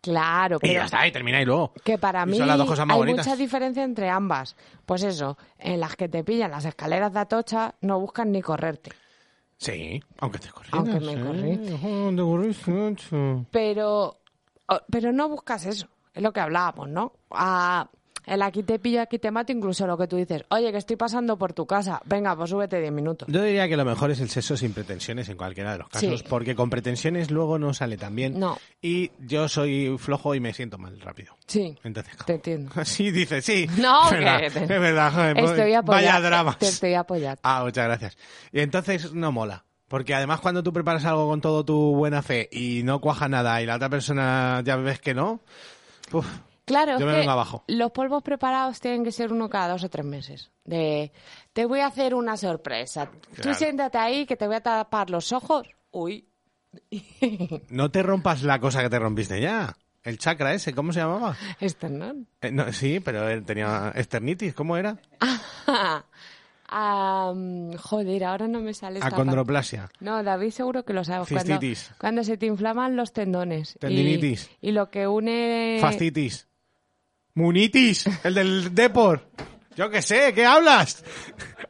Speaker 5: Claro,
Speaker 4: Y
Speaker 5: pero...
Speaker 4: ya está, y termináis luego.
Speaker 5: Que para
Speaker 4: Y
Speaker 5: mí
Speaker 4: son las dos cosas más
Speaker 5: hay
Speaker 4: bonitas.
Speaker 5: mucha diferencia entre ambas. Pues eso, en las que te pillan las escaleras de Atocha no buscan ni correrte.
Speaker 4: Sí, aunque te ¿eh? corrijas.
Speaker 5: Aunque me corrija.
Speaker 4: te corrijas, macho.
Speaker 5: Pero, o- pero no buscas eso, es lo que hablábamos, ¿no? A, el aquí te pillo, aquí te mato, incluso lo que tú dices, oye, que estoy pasando por tu casa, venga, pues súbete 10 minutos.
Speaker 4: Yo diría que lo mejor es el sexo sin pretensiones en cualquiera de los casos,
Speaker 5: Sí.
Speaker 4: porque con pretensiones luego no sale tan bien.
Speaker 5: No.
Speaker 4: Y yo soy flojo y me siento mal rápido.
Speaker 5: Sí,
Speaker 4: Entonces,
Speaker 5: te entiendo.
Speaker 4: Sí, dice, sí.
Speaker 5: No,
Speaker 4: es
Speaker 5: que
Speaker 4: verdad,
Speaker 5: te-
Speaker 4: es verdad, joder, pues
Speaker 5: Estoy apoyando.
Speaker 4: Vaya dramas.
Speaker 5: Te estoy apoyando.
Speaker 4: Ah, muchas gracias. Y entonces no mola. Porque además cuando tú preparas algo con todo tu buena fe y no cuaja nada y la otra persona ya ves que no, uf,
Speaker 5: Claro,
Speaker 4: Yo
Speaker 5: es
Speaker 4: me
Speaker 5: que
Speaker 4: vengo abajo.
Speaker 5: los polvos preparados tienen que ser uno cada dos o tres meses. De, te voy a hacer una sorpresa.
Speaker 4: Claro.
Speaker 5: Tú siéntate ahí que te voy a tapar los ojos. Uy,
Speaker 4: no te rompas la cosa que te rompiste ya. El chakra ese, ¿cómo se llamaba?
Speaker 5: este no.
Speaker 4: Eh, no, sí, pero él tenía esternitis, ¿cómo era?
Speaker 5: Am, joder, ahora no me
Speaker 4: Ah,
Speaker 5: sale esta parte.
Speaker 4: Acondroplasia.
Speaker 5: No, David seguro que lo sabes. Cuando,
Speaker 4: Cistitis.
Speaker 5: cuando se te inflaman los tendones. y-
Speaker 4: Tendinitis.
Speaker 5: Y, lo que une...
Speaker 4: Fascitis. Munitis, el del Depor. Yo qué sé, ¿qué hablas?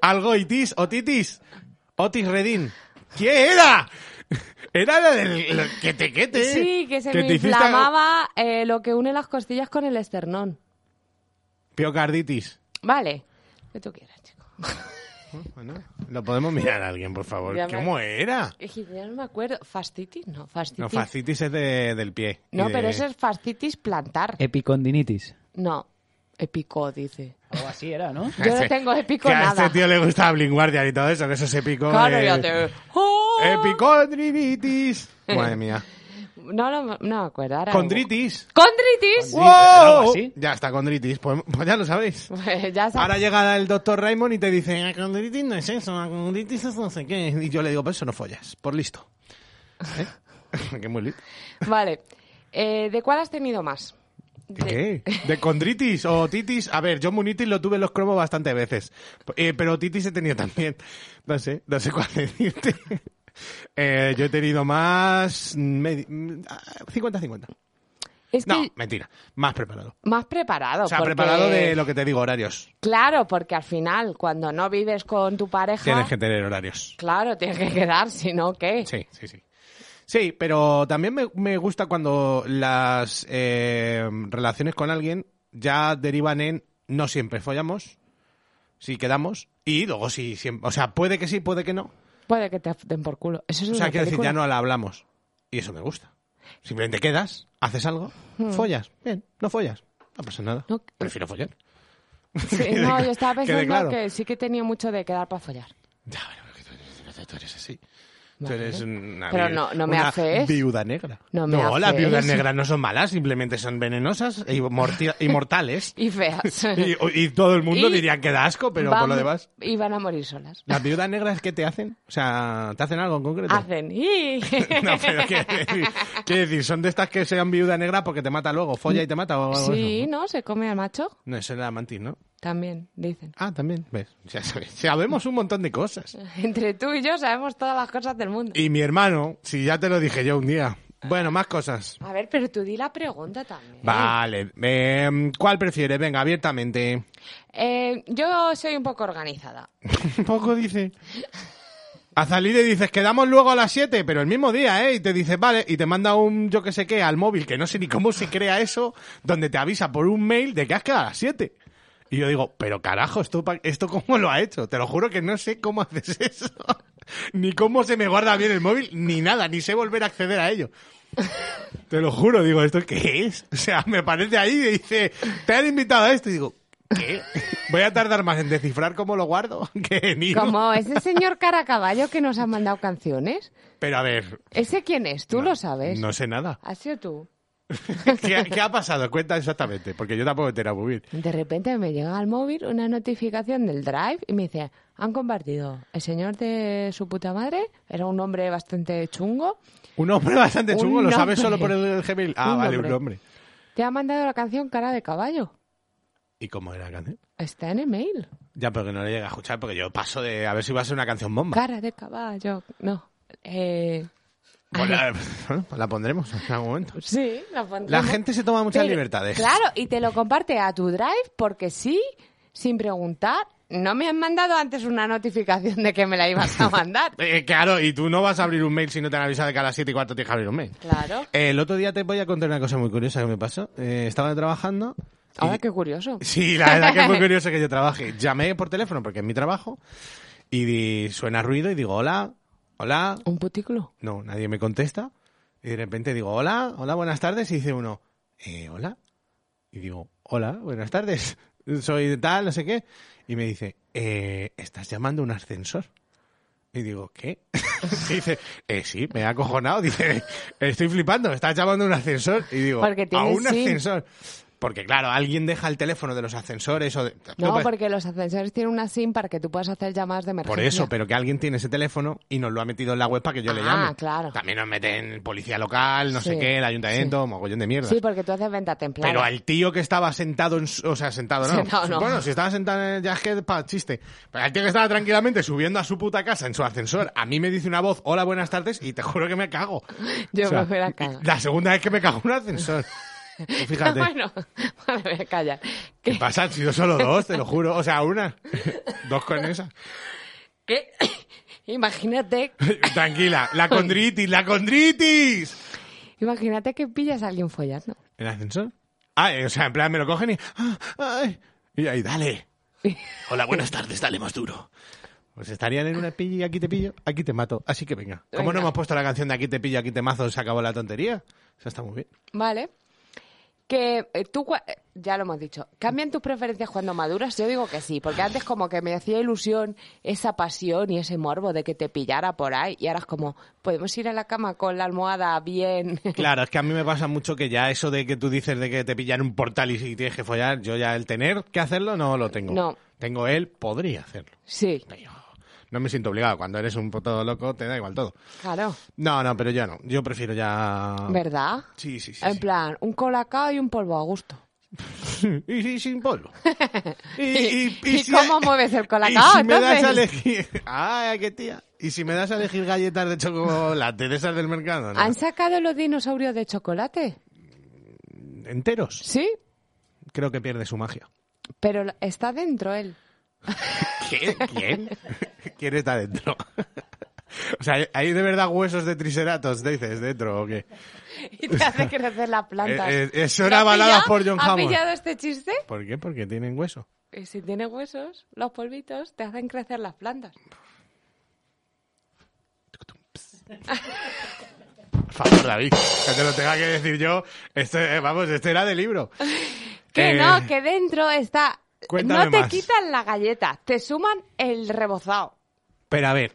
Speaker 4: Algoitis, Otitis, Otis Redín. ¿Qué era? Era la del la- que te quete.
Speaker 5: Sí, que se me
Speaker 4: te hiciste
Speaker 5: inflamaba eh, lo que une las costillas con el esternón.
Speaker 4: Piocarditis.
Speaker 5: Vale, lo que tú quieras, chico.
Speaker 4: Bueno, lo podemos mirar a alguien, por favor.
Speaker 5: Ya me-
Speaker 4: ¿Cómo era?
Speaker 5: Dije, Ya no me acuerdo. ¿Fascitis? No, fascitis.
Speaker 4: No, fascitis eh. es de- del pie. y
Speaker 5: No,
Speaker 4: de-
Speaker 5: pero eso es fascitis plantar.
Speaker 4: Eh.
Speaker 6: Epicondinitis.
Speaker 5: No, épico, dice.
Speaker 6: Algo así era, ¿no?
Speaker 5: Yo no tengo épico
Speaker 4: que a
Speaker 5: nada.
Speaker 4: este tío le gusta Blink Guardian y todo eso, que eso se picó.
Speaker 5: Claro,
Speaker 4: eh,
Speaker 5: ya te... ¡Oh!
Speaker 4: Epicondritis. Madre mía.
Speaker 5: No, no, no me acuerdo. ahora-
Speaker 4: Condritis.
Speaker 5: ¡Condritis!
Speaker 6: Con- eh, algo así.
Speaker 4: Oh, Ya está, condritis. Pues, pues ya lo sabéis.
Speaker 5: Pues ya sabes.
Speaker 4: Ahora llega el doctor Raymond y te dice, "Ah, condritis no es eso, ah, condritis es no sé qué. Y yo le digo, pues eso no follas, por listo. ¿Eh? qué muy listo.
Speaker 5: Vale. Eh, ¿De cuál has tenido más?
Speaker 4: ¿De qué? ¿De condritis o titis? A ver, yo munitis lo tuve en los cromos bastante veces. Eh, pero titis he tenido también. No sé, no sé cuál decirte. Eh, yo he tenido más... medi- mm, ah, 50-50.
Speaker 5: Es
Speaker 4: no,
Speaker 5: que-
Speaker 4: mentira. Más preparado.
Speaker 5: Más preparado.
Speaker 4: O sea,
Speaker 5: porque-
Speaker 4: preparado de lo que te digo, horarios.
Speaker 5: Claro, porque al final, cuando no vives con tu pareja...
Speaker 4: Tienes que tener horarios.
Speaker 5: Claro, tienes que quedar, si no, ¿qué?
Speaker 4: Sí, sí, sí. Sí, pero también me, me gusta cuando las eh, relaciones con alguien ya derivan en no siempre follamos, si quedamos, y luego si siempre. O sea, puede que sí, puede que no.
Speaker 5: Puede que te den por culo. Eso es
Speaker 4: O sea,
Speaker 5: una
Speaker 4: quiero decir,
Speaker 5: Mm, película.
Speaker 4: ya no la hablamos. Y eso me gusta. Simplemente quedas, haces algo, follas. Bien, no follas. No pasa nada.
Speaker 5: No, que-
Speaker 4: Prefiero follar.
Speaker 5: Sí, no, yo estaba
Speaker 4: Quede claro.
Speaker 5: pensando que sí que he tenido mucho de quedar para follar.
Speaker 4: Ya, pero que tú eres, tú eres así. Tú
Speaker 5: Vale.
Speaker 4: eres una,
Speaker 5: Pero
Speaker 4: vi-
Speaker 5: no- no me
Speaker 4: una
Speaker 5: haces.
Speaker 4: viuda negra.
Speaker 5: No me
Speaker 4: las
Speaker 5: haces.
Speaker 4: viudas negras no son malas, simplemente son venenosas y morti- y mortales.
Speaker 5: Y feas.
Speaker 4: y, y todo el mundo
Speaker 5: Y-
Speaker 4: diría que da asco, pero por
Speaker 5: Van-
Speaker 4: lo demás...
Speaker 5: Y van a morir solas.
Speaker 4: ¿Las viudas negras qué te hacen? O sea, ¿te hacen algo en concreto?
Speaker 5: Hacen. ¡ih!
Speaker 4: No, pero ¿qué decir? Quiero decir, ¿son de estas que sean viuda negra porque te mata luego? ¿Folla y te mata o algo de
Speaker 5: sí,
Speaker 4: eso?
Speaker 5: ¿no? Se come al macho.
Speaker 4: No, eso era mantis, ¿no?
Speaker 5: También, dicen.
Speaker 4: Ah, también. ¿Ves? Ya sabes, sabemos un montón de cosas.
Speaker 5: Entre tú y yo sabemos todas las cosas del mundo.
Speaker 4: Y mi hermano, si ya te lo dije yo un día. Bueno, más cosas.
Speaker 5: A ver, pero tú di la pregunta también.
Speaker 4: Vale. eh, ¿Cuál prefieres? Venga, abiertamente.
Speaker 5: Eh, yo soy un poco organizada.
Speaker 4: Un poco dice. A salir le dices, quedamos luego a las 7, pero el mismo día, ¿eh? Y te dices, vale, y te manda un yo que sé qué al móvil, que no sé ni cómo se crea eso, donde te avisa por un mail de que has quedado a las 7. Y yo digo, pero carajo, ¿esto, pa- ¿esto cómo lo ha hecho? Te lo juro que no sé cómo haces eso. ni cómo se me guarda bien el móvil, ni nada, ni sé volver a acceder a ello. Te lo juro, digo, ¿esto qué es? O sea, me parece ahí y dice, te han invitado a esto. Y digo, ¿qué? Voy a tardar más en descifrar cómo lo guardo que en ir.
Speaker 5: Como ese señor Caracaballo que nos ha mandado canciones.
Speaker 4: Pero a ver.
Speaker 5: ¿Ese quién es? Tú
Speaker 4: no-
Speaker 5: lo sabes.
Speaker 4: No sé nada.
Speaker 5: ¿Has sido tú?
Speaker 4: ¿Qué, qué ha pasado? Cuenta exactamente, porque yo tampoco te la voy a vivir.
Speaker 5: De repente me llega al móvil una notificación del Drive y me dice, han compartido. El señor de su puta madre era un hombre bastante chungo.
Speaker 4: Un hombre bastante
Speaker 5: Un
Speaker 4: chungo, lo sabes solo
Speaker 5: hombre.
Speaker 4: por el Gmail. Ah,
Speaker 5: Un
Speaker 4: vale,
Speaker 5: hombre.
Speaker 4: un hombre.
Speaker 5: Te ha mandado la canción Cara de Caballo.
Speaker 4: ¿Y cómo era la canción?
Speaker 5: Está en el mail.
Speaker 4: Ya, pero que no le llega a escuchar, porque yo paso de a ver si va a ser una canción bomba.
Speaker 5: Cara de caballo. No. Eh,
Speaker 4: Pues la, bueno, pues la pondremos en algún momento.
Speaker 5: sí, la pondremos.
Speaker 4: La gente se toma muchas
Speaker 5: Pero-
Speaker 4: libertades.
Speaker 5: Claro, y te lo comparte a tu drive porque sí, sin preguntar. No me han mandado antes una notificación de que me la ibas a mandar.
Speaker 4: Eh, claro, y tú no vas a abrir un mail si no te han avisado de que a las 7 y cuarto tienes que abrir un mail.
Speaker 5: Claro.
Speaker 4: El otro día te voy a contar una cosa muy curiosa que me pasó. Eh, estaba trabajando. y-
Speaker 5: Ahora qué curioso.
Speaker 4: Sí, la verdad que es muy curioso que yo trabaje. Llamé por teléfono porque es mi trabajo y di- suena ruido y digo, hola, hola.
Speaker 5: Un putículo.
Speaker 4: No, nadie me contesta. Y de repente digo, hola, hola, buenas tardes. Y dice uno, "Eh, hola. Y digo, hola, buenas tardes. Soy de tal, no sé qué. Y me dice, "Eh, ¿estás llamando a un ascensor? Y digo, ¿qué? y dice, eh, sí, me he acojonado. Dice, estoy flipando, estás llamando a un ascensor. Y digo,
Speaker 5: Porque
Speaker 4: a
Speaker 5: tienes
Speaker 4: un
Speaker 5: SIM.
Speaker 4: ascensor. Porque claro, alguien deja el teléfono de los ascensores o de...
Speaker 5: No,
Speaker 4: Tú, pues,
Speaker 5: porque los ascensores tienen una SIM para que tú puedas hacer llamadas de emergencia.
Speaker 4: por eso, pero que alguien tiene ese teléfono y nos lo ha metido en la web para que yo le
Speaker 5: Ah,
Speaker 4: llame.
Speaker 5: claro.
Speaker 4: También nos meten policía local, no
Speaker 5: Sí,
Speaker 4: sé qué, el ayuntamiento, mogollón de mierda.
Speaker 5: Sí, porque tú haces venta templada.
Speaker 4: Pero al tío que estaba sentado, en su- o sea, sentado no.
Speaker 5: Sentado no.
Speaker 4: Bueno, si estaba sentado en el- ya es que pa, chiste. Pero al tío que estaba tranquilamente subiendo a su puta casa en su ascensor, a mí me dice una voz, hola, buenas tardes, y te juro que me cago. O
Speaker 5: Yo
Speaker 4: sea,
Speaker 5: me voy a la caga.
Speaker 4: La segunda vez que me cago en un ascensor. Tú Fíjate.
Speaker 5: bueno, vale, voy a callar.
Speaker 4: ¿Qué
Speaker 5: Que-
Speaker 4: pasa? Han sido solo dos, te lo juro. O sea, una. Dos con esa.
Speaker 5: que- imagínate,
Speaker 4: Tranquila, la condritis, la condritis.
Speaker 5: imagínate que pillas a alguien follando.
Speaker 4: ¿El ascensor? Ah, eh, o sea, en plan me lo cogen y. ah, ay, y ahí, dale. Hola, buenas tardes, dale más duro. Pues estarían en una pilla y aquí te pillo, aquí te mato. Así que venga. ¿Cómo
Speaker 5: Venga.
Speaker 4: no hemos puesto la canción de aquí te pillo, aquí te mazo? Se acabó la tontería. O sea, está muy bien.
Speaker 5: Vale. Que eh, tú, cua- eh, ya lo hemos dicho, ¿cambian tus preferencias cuando maduras? Yo digo que sí, porque antes como que me hacía ilusión esa pasión y ese morbo de que te pillara por ahí y ahora es como, podemos ir a la cama con la almohada bien.
Speaker 4: Claro, es que a mí me pasa mucho que ya eso de que tú dices de que te pillan un portal y si tienes que follar, yo ya el tener que hacerlo no lo tengo.
Speaker 5: No.
Speaker 4: Tengo él, podría hacerlo.
Speaker 5: sí,
Speaker 4: Pero no me siento obligado. Cuando eres un puto loco, te da igual todo.
Speaker 5: claro,
Speaker 4: No, no, pero ya no. Yo prefiero ya.
Speaker 5: ¿verdad?
Speaker 4: Ah. Sí, sí, sí.
Speaker 5: en
Speaker 4: sí.
Speaker 5: plan, un colacao y un polvo a gusto.
Speaker 4: Y, si- sin polvo. ¿Y,
Speaker 5: ¿Y cómo mueves el colacao,
Speaker 4: Y si me das a
Speaker 5: entonces?
Speaker 4: elegir. ¡Ay, qué tía! ¿Y si me das a elegir galletas de chocolate de esas del mercado? no?
Speaker 5: ¿Han sacado los dinosaurios de chocolate?
Speaker 4: enteros,
Speaker 5: Sí,
Speaker 4: creo que pierde su magia.
Speaker 5: pero la- está dentro él.
Speaker 4: ¿Quién? ¿Quién? ¿Quién está dentro? O sea, ¿hay de verdad huesos de Triceratops, dices, dentro o qué?
Speaker 5: Y te hace crecer las plantas.
Speaker 4: Eh, eh, eso
Speaker 5: ¿Lo
Speaker 4: era
Speaker 5: has
Speaker 4: avalado
Speaker 5: pillado?
Speaker 4: por John
Speaker 5: ¿Has
Speaker 4: Hammond.
Speaker 5: pillado este chiste?
Speaker 4: ¿Por qué? Porque tienen hueso.
Speaker 5: Y si tiene huesos, los polvitos te hacen crecer las plantas.
Speaker 4: Por favor, David, que te lo tenga que decir yo. Este, eh, vamos, este era de libro.
Speaker 5: Que
Speaker 4: Eh,
Speaker 5: no, que dentro está...
Speaker 4: cuéntame
Speaker 5: no te
Speaker 4: más.
Speaker 5: quitan la galleta, te suman el rebozado.
Speaker 4: Pero a ver.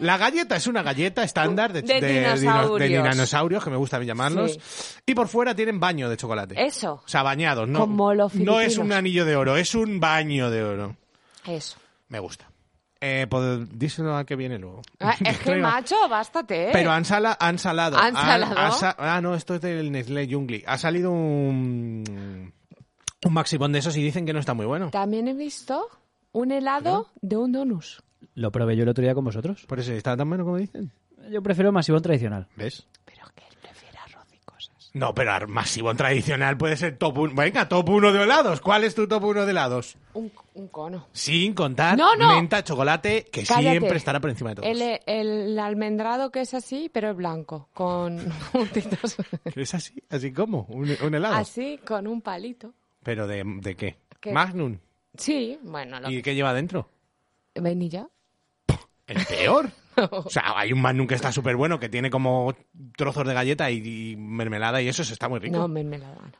Speaker 4: La galleta es una galleta estándar de, de-
Speaker 5: De
Speaker 4: de-
Speaker 5: dinosaurios.
Speaker 4: de dinosaurios, que me gusta llamarlos. Y por fuera tienen baño de chocolate.
Speaker 5: Eso.
Speaker 4: O sea, bañados, ¿no?
Speaker 5: Como los
Speaker 4: no es un
Speaker 5: filipinos.
Speaker 4: anillo de oro, es un baño de oro.
Speaker 5: Eso.
Speaker 4: Me gusta. Eh, pod- díselo a que viene luego.
Speaker 5: Ah, Es que,
Speaker 4: Traigo-
Speaker 5: macho, bástate. ¿eh?
Speaker 4: Pero han, sala- han salado.
Speaker 5: ¿Han salado?
Speaker 4: han sa- ah, no, esto es del Nestlé Jungli. Ha salido un, un maximón de esos y dicen que no está muy bueno.
Speaker 5: También he visto un helado de un donus.
Speaker 6: Lo probé yo el otro día con vosotros.
Speaker 4: Por eso, ¿está tan bueno como dicen?
Speaker 6: Yo prefiero masivón tradicional.
Speaker 4: ¿Ves?
Speaker 5: Pero que él prefiere arroz y cosas.
Speaker 4: No, pero ar- masivo tradicional puede ser top 1. Venga, top 1 de helados. ¿Cuál es tu top 1 de helados?
Speaker 5: Un, un cono.
Speaker 4: Sin contar
Speaker 5: No, no.
Speaker 4: menta, chocolate, que
Speaker 5: Cállate.
Speaker 4: siempre estará por encima de todos.
Speaker 5: El, el almendrado que es así, pero es blanco, con puntitos
Speaker 4: ¿Es así? ¿Así como? ¿Un, un helado?
Speaker 5: así, con un palito.
Speaker 4: ¿Pero de, de qué?
Speaker 5: ¿Qué?
Speaker 4: Magnum.
Speaker 5: Sí, bueno, lo
Speaker 4: ¿Y qué lleva dentro?
Speaker 5: ¿Vainilla?
Speaker 4: El peor. O sea, hay un Magnum que está súper bueno, que tiene como trozos de galleta y, y mermelada y eso, eso está muy rico.
Speaker 5: No, mermelada. no.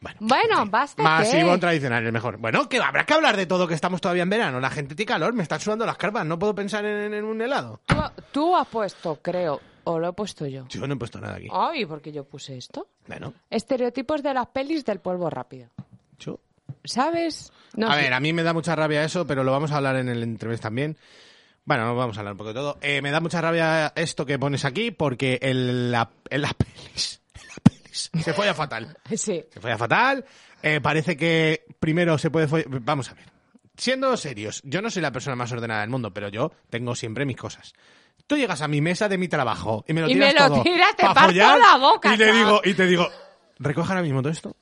Speaker 4: Bueno,
Speaker 5: Bueno, basta.
Speaker 4: Masivo
Speaker 5: que-
Speaker 4: tradicional, el mejor. Bueno, que habrá que hablar de todo que estamos todavía en verano. La gente tiene calor, me están sudando las carpas, no puedo pensar en, en un helado.
Speaker 5: tú, tú has puesto, creo, o lo he puesto yo.
Speaker 4: Yo no he puesto nada aquí.
Speaker 5: Ay, ¿por qué yo puse esto?
Speaker 4: Bueno,
Speaker 5: Estereotipos de las pelis del polvo rápido.
Speaker 4: yo-
Speaker 5: ¿Sabes? No
Speaker 4: a
Speaker 5: sé.
Speaker 4: ver, a mí me da mucha rabia eso, pero lo vamos a hablar en el entrevista también. Bueno, no vamos a hablar un poco de todo. Eh, me da mucha rabia esto que pones aquí porque en, la- en las pelis, en las pelis se fue fatal.
Speaker 5: Sí.
Speaker 4: Se falla fatal. eh, parece que primero se puede. foll- Vamos a ver. Siendo serios, yo no soy la persona más ordenada del mundo, pero yo tengo siempre mis cosas. Tú llegas a mi mesa de mi trabajo y me lo
Speaker 5: Y
Speaker 4: tiras
Speaker 5: me lo
Speaker 4: todo
Speaker 5: tiras, te
Speaker 4: pa'
Speaker 5: parto
Speaker 4: follar,
Speaker 5: la boca,
Speaker 4: Y te
Speaker 5: ¿no?
Speaker 4: digo, y te digo, recoge ahora mismo todo esto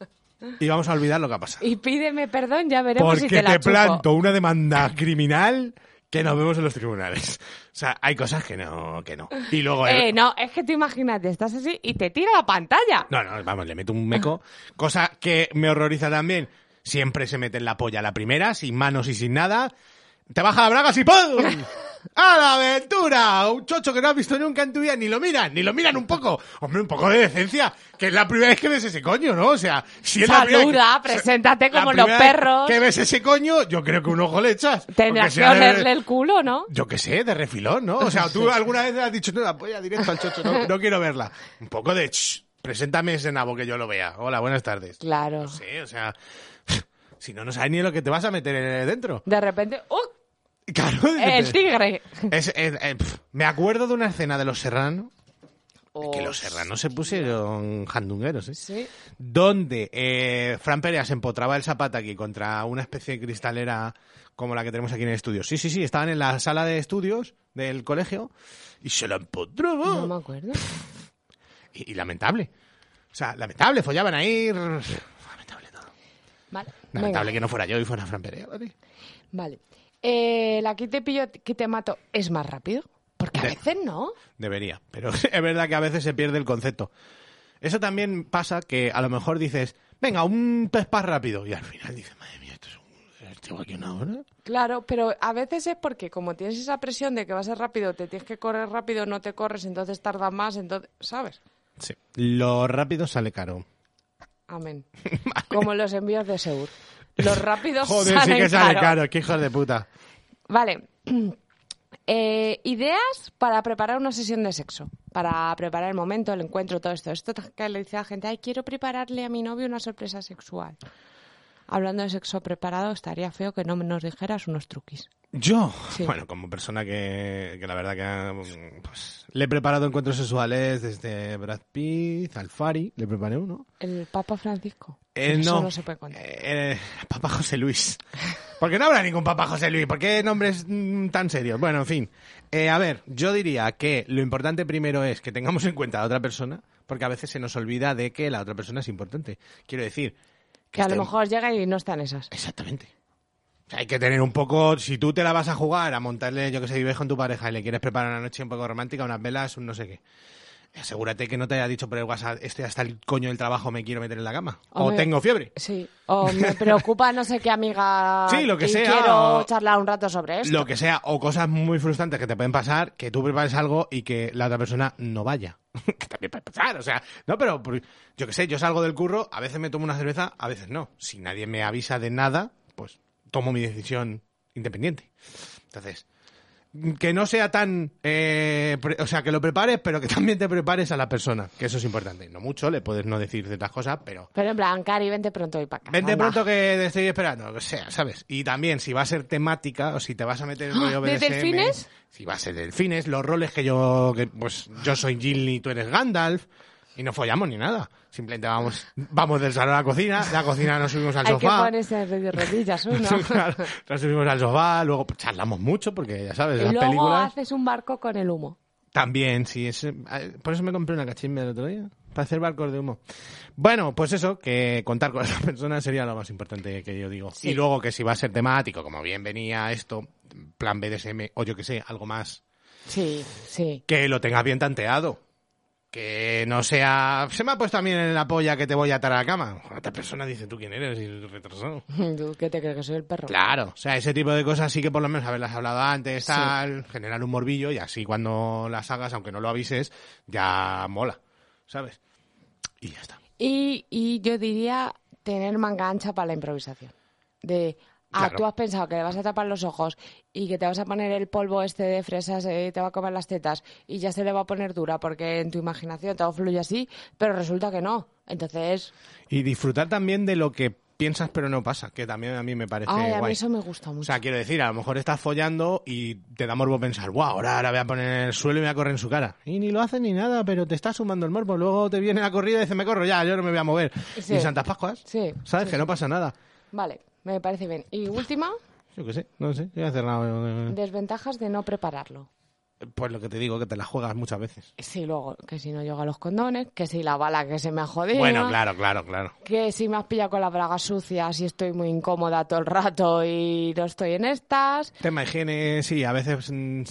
Speaker 4: y vamos a olvidar lo que ha pasado.
Speaker 5: Y pídeme perdón, ya veremos
Speaker 4: Porque
Speaker 5: si
Speaker 4: te,
Speaker 5: te la chupo.
Speaker 4: planto una demanda criminal que nos vemos en los tribunales. O sea, hay cosas que no, que no. Y luego el-
Speaker 5: Eh, no, es que tú imagínate, estás así y te tira la pantalla.
Speaker 4: No, no, vamos, le meto
Speaker 5: Ah.
Speaker 4: un meco. Cosa que me horroriza también. Siempre se mete en la polla la primera, sin manos y sin nada. Te baja la braga y ¡pum! ¡A la aventura! Un chocho que no has visto nunca en tu vida, ni lo miran, ni lo miran un poco. Hombre, un poco de decencia, que es la primera vez que ves ese coño, ¿no? O sea, si es la primera vez que-
Speaker 5: Saluda,
Speaker 4: o sea,
Speaker 5: preséntate
Speaker 4: la
Speaker 5: como los
Speaker 4: primera vez
Speaker 5: perros.
Speaker 4: Que ves ese coño, yo creo que un ojo le echas.
Speaker 5: Tendrás
Speaker 4: Aunque sea
Speaker 5: que
Speaker 4: de-
Speaker 5: olerle el culo, ¿no?
Speaker 4: yo qué sé, de refilón, ¿no? O sea, tú alguna vez has dicho, no, la polla directo al chocho, no, no quiero verla. Un poco de, "Shh, preséntame ese nabo que yo lo vea. Hola, buenas tardes.
Speaker 5: Claro.
Speaker 4: No sé, o sea, si no, no sabes ni lo que te vas a meter eh, dentro.
Speaker 5: De repente, ¡uh!
Speaker 4: Claro.
Speaker 5: El tigre.
Speaker 4: Es- es- eh, pf, me acuerdo de una escena de Los Serrano, que Los Serranos se pusieron jandungueros, ¿eh?
Speaker 5: Oh, Sí.
Speaker 4: donde eh, Fran Pereas empotraba el zapata aquí contra una especie de cristalera como la que tenemos aquí en el estudio. Sí, sí, sí, estaban en la sala de estudios del colegio y se la empotraba.
Speaker 5: No me acuerdo.
Speaker 4: y, y lamentable. O sea, lamentable, follaban ahí. rrr, Lamentable todo.
Speaker 5: Vale.
Speaker 4: Lamentable
Speaker 5: venga,
Speaker 4: que no fuera yo y fuera Fran Pereas. ¿vale?
Speaker 5: Vale. Eh, la que te pillo, que te mato, es más rápido. Porque a
Speaker 4: De-
Speaker 5: veces no.
Speaker 4: Debería, pero es verdad que a veces se pierde el concepto. Eso también pasa que a lo mejor dices, venga, un pez más rápido. Y al final dices, madre mía, esto es un... Tengo aquí una hora.
Speaker 5: Claro, pero a veces es porque como tienes esa presión de que vas a ser rápido, te tienes que correr rápido, no te corres, entonces tarda más, entonces, ¿sabes?
Speaker 4: Sí. Lo rápido sale caro.
Speaker 5: Amén. Como los envíos de Seur. Los rápidos
Speaker 4: Joder,
Speaker 5: salen
Speaker 4: sí que sale
Speaker 5: caro.
Speaker 4: caro, qué hijos de puta.
Speaker 5: Vale. Eh, ideas para preparar una sesión de sexo. Para preparar el momento, el encuentro, todo esto. Esto que le dice a la gente, ay, quiero prepararle a mi novio una sorpresa sexual. Hablando de sexo preparado, estaría feo que no nos dijeras unos truquis.
Speaker 4: Yo,
Speaker 5: Sí.
Speaker 4: bueno, como persona que, que la verdad que pues, le he preparado encuentros sexuales desde Brad Pitt, Alfari, le preparé uno.
Speaker 5: El Papa Francisco.
Speaker 4: Eh,
Speaker 5: Eso
Speaker 4: no,
Speaker 5: no se puede contar.
Speaker 4: Eh, eh, papá José Luis. Porque no habrá ningún papá José Luis. ¿Por qué nombres mm, tan serios? Bueno, en fin. Eh, a ver, yo diría que lo importante primero es que tengamos en cuenta a la otra persona, porque a veces se nos olvida de que la otra persona es importante. Quiero decir.
Speaker 5: Que a lo
Speaker 4: esté-
Speaker 5: mejor llega y no están esas.
Speaker 4: Exactamente. O sea, hay que tener un poco. Si tú te la vas a jugar a montarle, yo que sé, vives con tu pareja y le quieres preparar una noche un poco romántica, unas velas, un no sé qué. Asegúrate que no te haya dicho por el WhatsApp, estoy hasta el coño del trabajo, me quiero meter en la cama. o
Speaker 5: Hombre.
Speaker 4: tengo fiebre.
Speaker 5: Sí. O me preocupa no sé qué amiga.
Speaker 4: Sí, lo que
Speaker 5: y
Speaker 4: sea,
Speaker 5: Quiero
Speaker 4: o-
Speaker 5: charlar un rato sobre esto.
Speaker 4: lo que sea, o cosas muy frustrantes que te pueden pasar, que tú prepares algo y que la otra persona no vaya. que también puede pasar, o sea, no, pero por- yo que sé, yo salgo del curro, a veces me tomo una cerveza, a veces no. Si nadie me avisa de nada, pues tomo mi decisión independiente. Entonces, que no sea tan... eh, pre- o sea, que lo prepares, pero que también te prepares a la persona, que eso es importante. No mucho, le puedes no decir ciertas cosas, pero...
Speaker 5: Pero en plan, Cari, vente pronto y para acá.
Speaker 4: Vente
Speaker 5: anda.
Speaker 4: pronto que te estoy esperando, o sea, ¿sabes? Y también, si va a ser temática o si te vas a meter en rollo
Speaker 5: Ah, ¿De
Speaker 4: BDSM,
Speaker 5: delfines?
Speaker 4: Si va a ser delfines, los roles que yo, que, pues yo soy Gilly y tú eres Gandalf, y no follamos ni nada. Simplemente vamos, vamos del salón a la cocina, de la cocina nos subimos al
Speaker 5: Hay que
Speaker 4: sofá.
Speaker 5: ponerse de rodillas uno.
Speaker 4: Claro, nos subimos al sofá, luego pues, charlamos mucho porque ya sabes,
Speaker 5: y
Speaker 4: las
Speaker 5: luego
Speaker 4: películas.
Speaker 5: haces un barco con el humo.
Speaker 4: También, sí. Es, eh, por eso me compré una cachimba el otro día. Para hacer barcos de humo. Bueno, pues eso, que contar con las personas sería lo más importante que yo digo.
Speaker 5: Sí.
Speaker 4: Y luego que si va a ser temático, como bien venía esto, plan BDSM o yo que sé, algo más,
Speaker 5: Sí, sí.
Speaker 4: que lo tengas bien tanteado. Que no sea... Se me ha puesto también en la polla que te voy a atar a la cama. Otra persona dice, ¿tú quién eres? Y retrasado.
Speaker 5: ¿Tú qué te crees que soy el perro?
Speaker 4: Claro, o sea, ese tipo de cosas sí que por lo menos haberlas hablado antes, tal, generar un morbillo y así cuando las hagas, aunque no lo avises, ya mola, ¿sabes? Y ya está.
Speaker 5: Y, y yo diría tener manga ancha para la improvisación. De, ah,
Speaker 4: Claro.
Speaker 5: tú has pensado que le vas a tapar los ojos y que te vas a poner el polvo este de fresas eh, y te va a comer las tetas y ya se le va a poner dura porque en tu imaginación todo fluye así, pero resulta que no. Entonces,
Speaker 4: Y disfrutar también de lo que piensas pero no pasa, que también a mí me parece
Speaker 5: ay, a
Speaker 4: Este, guay.
Speaker 5: mí eso me gusta mucho.
Speaker 4: O sea, quiero decir, a lo mejor estás follando y te da morbo pensar, wow, ahora la voy a poner en el suelo y me voy a correr en su cara. Y ni lo haces ni nada, pero te está sumando el morbo. Luego te viene la corrida y dices, me corro ya, yo no me voy a mover.
Speaker 5: Sí.
Speaker 4: Y Santas Pascuas,
Speaker 5: Sí,
Speaker 4: ¿sabes? que no pasa nada.
Speaker 5: vale, me parece bien. Y última,
Speaker 4: Yo qué sé, no sé, yo eh, voy a hacer nada.
Speaker 5: desventajas de no prepararlo.
Speaker 4: Pues lo que te digo, que te la juegas muchas veces.
Speaker 5: Si luego, que si no llego a los condones, que si la bala que se me ha jodido.
Speaker 4: Bueno, claro, claro, claro.
Speaker 5: que si me has pillado con las bragas sucias y estoy muy incómoda todo el rato y no estoy en estas.
Speaker 4: Tema higiene, sí, a veces mm,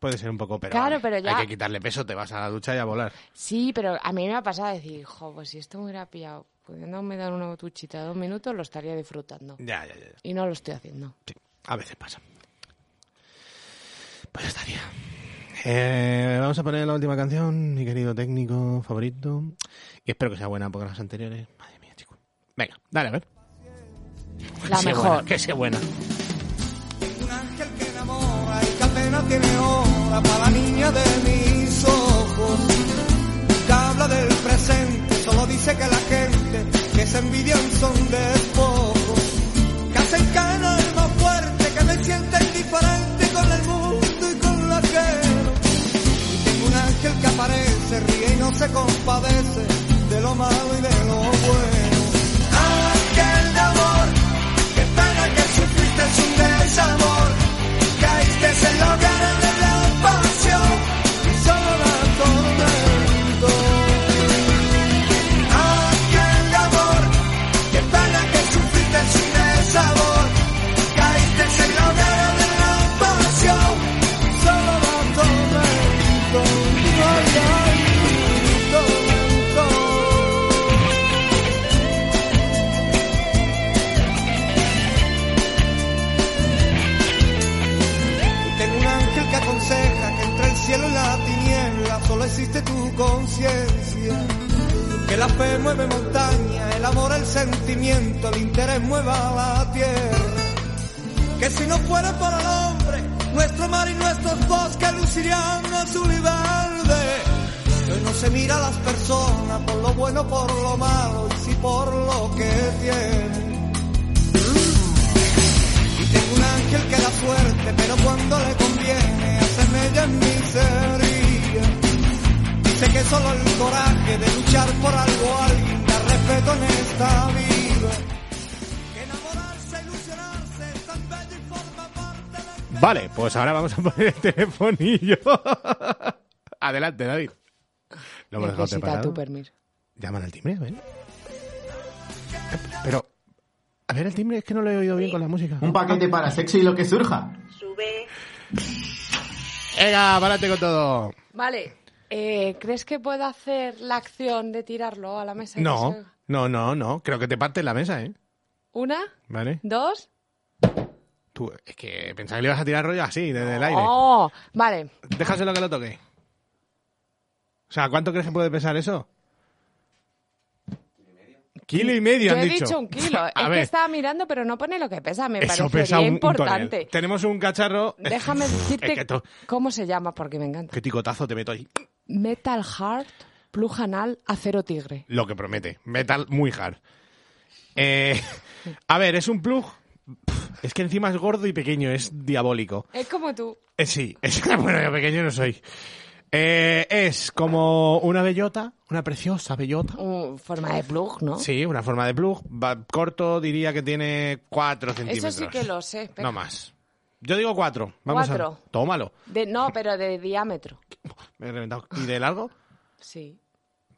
Speaker 4: puede ser un poco, pero,
Speaker 5: Claro,
Speaker 4: vale,
Speaker 5: pero ya-
Speaker 4: hay que quitarle peso, te vas a la ducha y a volar.
Speaker 5: Sí, pero a mí me ha pasado decir, jo, pues si esto me hubiera pillado, pudiéndome dar una duchita de dos minutos, lo estaría disfrutando.
Speaker 4: Ya, ya, ya. ya.
Speaker 5: Y no lo estoy haciendo.
Speaker 4: Sí, a veces pasa. Pues ya estaría. Eh, vamos a poner la última canción, mi querido técnico favorito. Y espero que sea buena, porque las anteriores... Madre mía, chico. Venga, dale, a ver.
Speaker 5: La
Speaker 4: Que sea buena,
Speaker 5: mejor.
Speaker 4: que sea buena.
Speaker 1: Un ángel que enamora y que apenas tiene hora para la niña de mis ojos. Que habla del presente, solo dice que la gente que se envidian son despojos. Que hacen cana el más fuerte, que me siente indiferente con el mundo y con la gente. Y tengo un ángel que aparece, ríe y no se compadece de lo malo y de lo bueno. Ángel de amor, que pena que sufriste es un desamor. Caíste en los ganas de la pasión y solo la tormento. Ángel de amor, que pena que sufriste es un desamor. Caíste en los ganas de la pasión y solo la tormento. Ay, ay, tormento. Tengo un ángel que aconseja que entre el cielo y la tiniebla solo existe tu conciencia. Que la fe mueve montaña, el amor el sentimiento, el interés mueva la tierra. Que si no fuera por el hombre, nuestro mar y nuestros bosques lucirían azul y verde. Que hoy no se mira a las personas por lo bueno, por lo malo y sí por lo que tienen. Y tengo un ángel que da suerte, pero cuando le conviene hace mella en miseria. Dice que solo el coraje de luchar por algo a alguien da respeto en esta vida. Que enamorarse, ilusionarse, es tan
Speaker 4: Vale, pues ahora vamos a poner el telefonillo. Adelante, David. Lo hemos dejado
Speaker 5: Necesita
Speaker 4: preparado.
Speaker 5: tu permiso.
Speaker 4: Llaman al timbre, a ver. Pero, a ver, el timbre es que no lo he oído bien con la música.
Speaker 7: Un paquete para sexo y lo que surja.
Speaker 4: Venga, párate con todo.
Speaker 5: Vale. eh, ¿Crees que puedo hacer la acción de tirarlo a la mesa? y que
Speaker 4: No,
Speaker 5: salga?
Speaker 4: no, no, no. Creo que te parte la mesa, ¿eh?
Speaker 5: ¿Una?
Speaker 4: Vale.
Speaker 5: ¿Dos?
Speaker 4: Tú, es que pensaba que le ibas a tirar rollo así, desde el aire.
Speaker 5: Oh, vale.
Speaker 4: Déjaselo que lo toque. O sea, ¿cuánto crees que puede pesar eso? Kilo y medio,
Speaker 5: Yo
Speaker 4: han
Speaker 5: he
Speaker 4: dicho.
Speaker 5: dicho un kilo.
Speaker 4: A
Speaker 5: es
Speaker 4: ver,
Speaker 5: que estaba mirando, pero no pone lo que pesa. Me
Speaker 4: eso
Speaker 5: parecería
Speaker 4: pesa un, un tonel.
Speaker 5: importante.
Speaker 4: Tenemos un cacharro.
Speaker 5: Déjame decirte
Speaker 4: Es que to-
Speaker 5: cómo se llama, porque me encanta.
Speaker 4: Qué ticotazo te meto ahí.
Speaker 5: Metal Heart, plug anal, acero tigre.
Speaker 4: Lo que promete. Metal muy hard. Eh, a ver, es un plug. Pf, Es que encima es gordo y pequeño, es diabólico.
Speaker 5: Es como tú.
Speaker 4: Eh, sí, es, bueno, yo pequeño no soy. Eh, es como una bellota, una preciosa bellota.
Speaker 5: Uh, forma de plug, ¿no?
Speaker 4: Sí, una forma de plug. Va- corto diría que tiene 4 centímetros.
Speaker 5: sí que lo sé, espera.
Speaker 4: No más. Yo digo 4. Vamos
Speaker 5: Cuatro.
Speaker 4: a... Tómalo.
Speaker 5: De, no, pero de diámetro.
Speaker 4: Me he reventado. ¿Y de largo?
Speaker 5: Sí.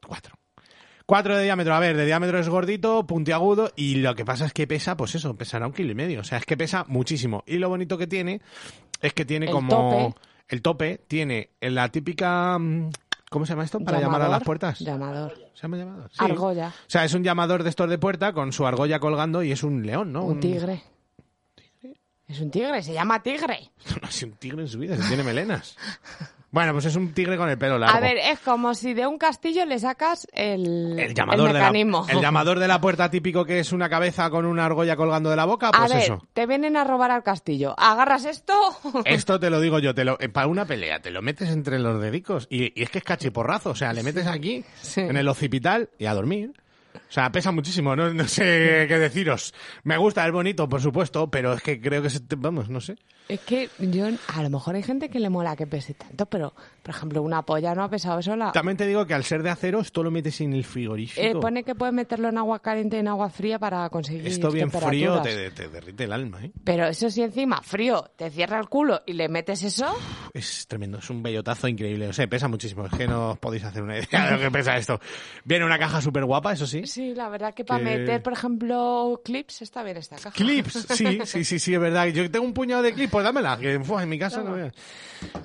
Speaker 4: 4. 4 de diámetro. A ver, de diámetro es gordito, puntiagudo y lo que pasa es que pesa, pues eso, pesará un kilo y medio. O sea, es que pesa muchísimo. Y lo bonito que tiene es que tiene
Speaker 5: El
Speaker 4: como...
Speaker 5: tope.
Speaker 4: El tope tiene la típica... mm, ¿Cómo se llama esto? Para llamar a las
Speaker 5: Llamador,
Speaker 4: puertas.
Speaker 5: Llamador.
Speaker 4: ¿Se llama llamador? Sí.
Speaker 5: Argolla.
Speaker 4: O sea, es un llamador de estos de puerta con su argolla colgando y es un león, ¿no?
Speaker 5: Un tigre. Es un tigre, se llama tigre.
Speaker 4: No es un tigre en su vida, si tiene melenas. Bueno, pues es un tigre con el pelo largo.
Speaker 5: A ver, es como si de un castillo le sacas el,
Speaker 4: el llamador,
Speaker 5: el mecanismo.
Speaker 4: De la, el llamador de la puerta típico que es una cabeza con una argolla colgando de la boca,
Speaker 5: a
Speaker 4: pues
Speaker 5: ver,
Speaker 4: eso.
Speaker 5: te vienen a robar al castillo. ¿Agarras esto?
Speaker 4: Esto te lo digo yo, te lo, eh, para una pelea, te lo metes entre los dedicos y, y es que es cachiporrazo, o sea, le metes aquí,
Speaker 5: Sí.
Speaker 4: en el occipital y a dormir. O sea, pesa muchísimo, no, no sé qué deciros. Me gusta, es bonito, por supuesto, pero es que creo que, se te- vamos, no sé.
Speaker 5: Es que yo, a lo mejor hay gente que le mola que pese tanto, pero, por ejemplo, una polla no ha pesado eso. La,
Speaker 4: También te digo que al ser de acero, esto lo metes en el frigorífico.
Speaker 5: Eh, pone que puedes meterlo en agua caliente y en agua fría para conseguir
Speaker 4: Esto bien frío
Speaker 5: temperaturas.
Speaker 4: te, te derrite el alma, ¿eh?
Speaker 5: Pero eso sí encima, frío, te cierra el culo y le metes eso.
Speaker 4: Es tremendo, es un bellotazo increíble. O sea, pesa muchísimo. Es que no os podéis hacer una idea de lo que pesa esto. Viene una caja súper guapa, eso sí.
Speaker 5: Sí, la verdad que para
Speaker 4: Que-
Speaker 5: meter, por ejemplo, clips está bien esta caja.
Speaker 4: Clips, sí, sí, sí, sí, es verdad. Yo tengo un puñado de clips, pues dámela, que fua, en mi casa no veas.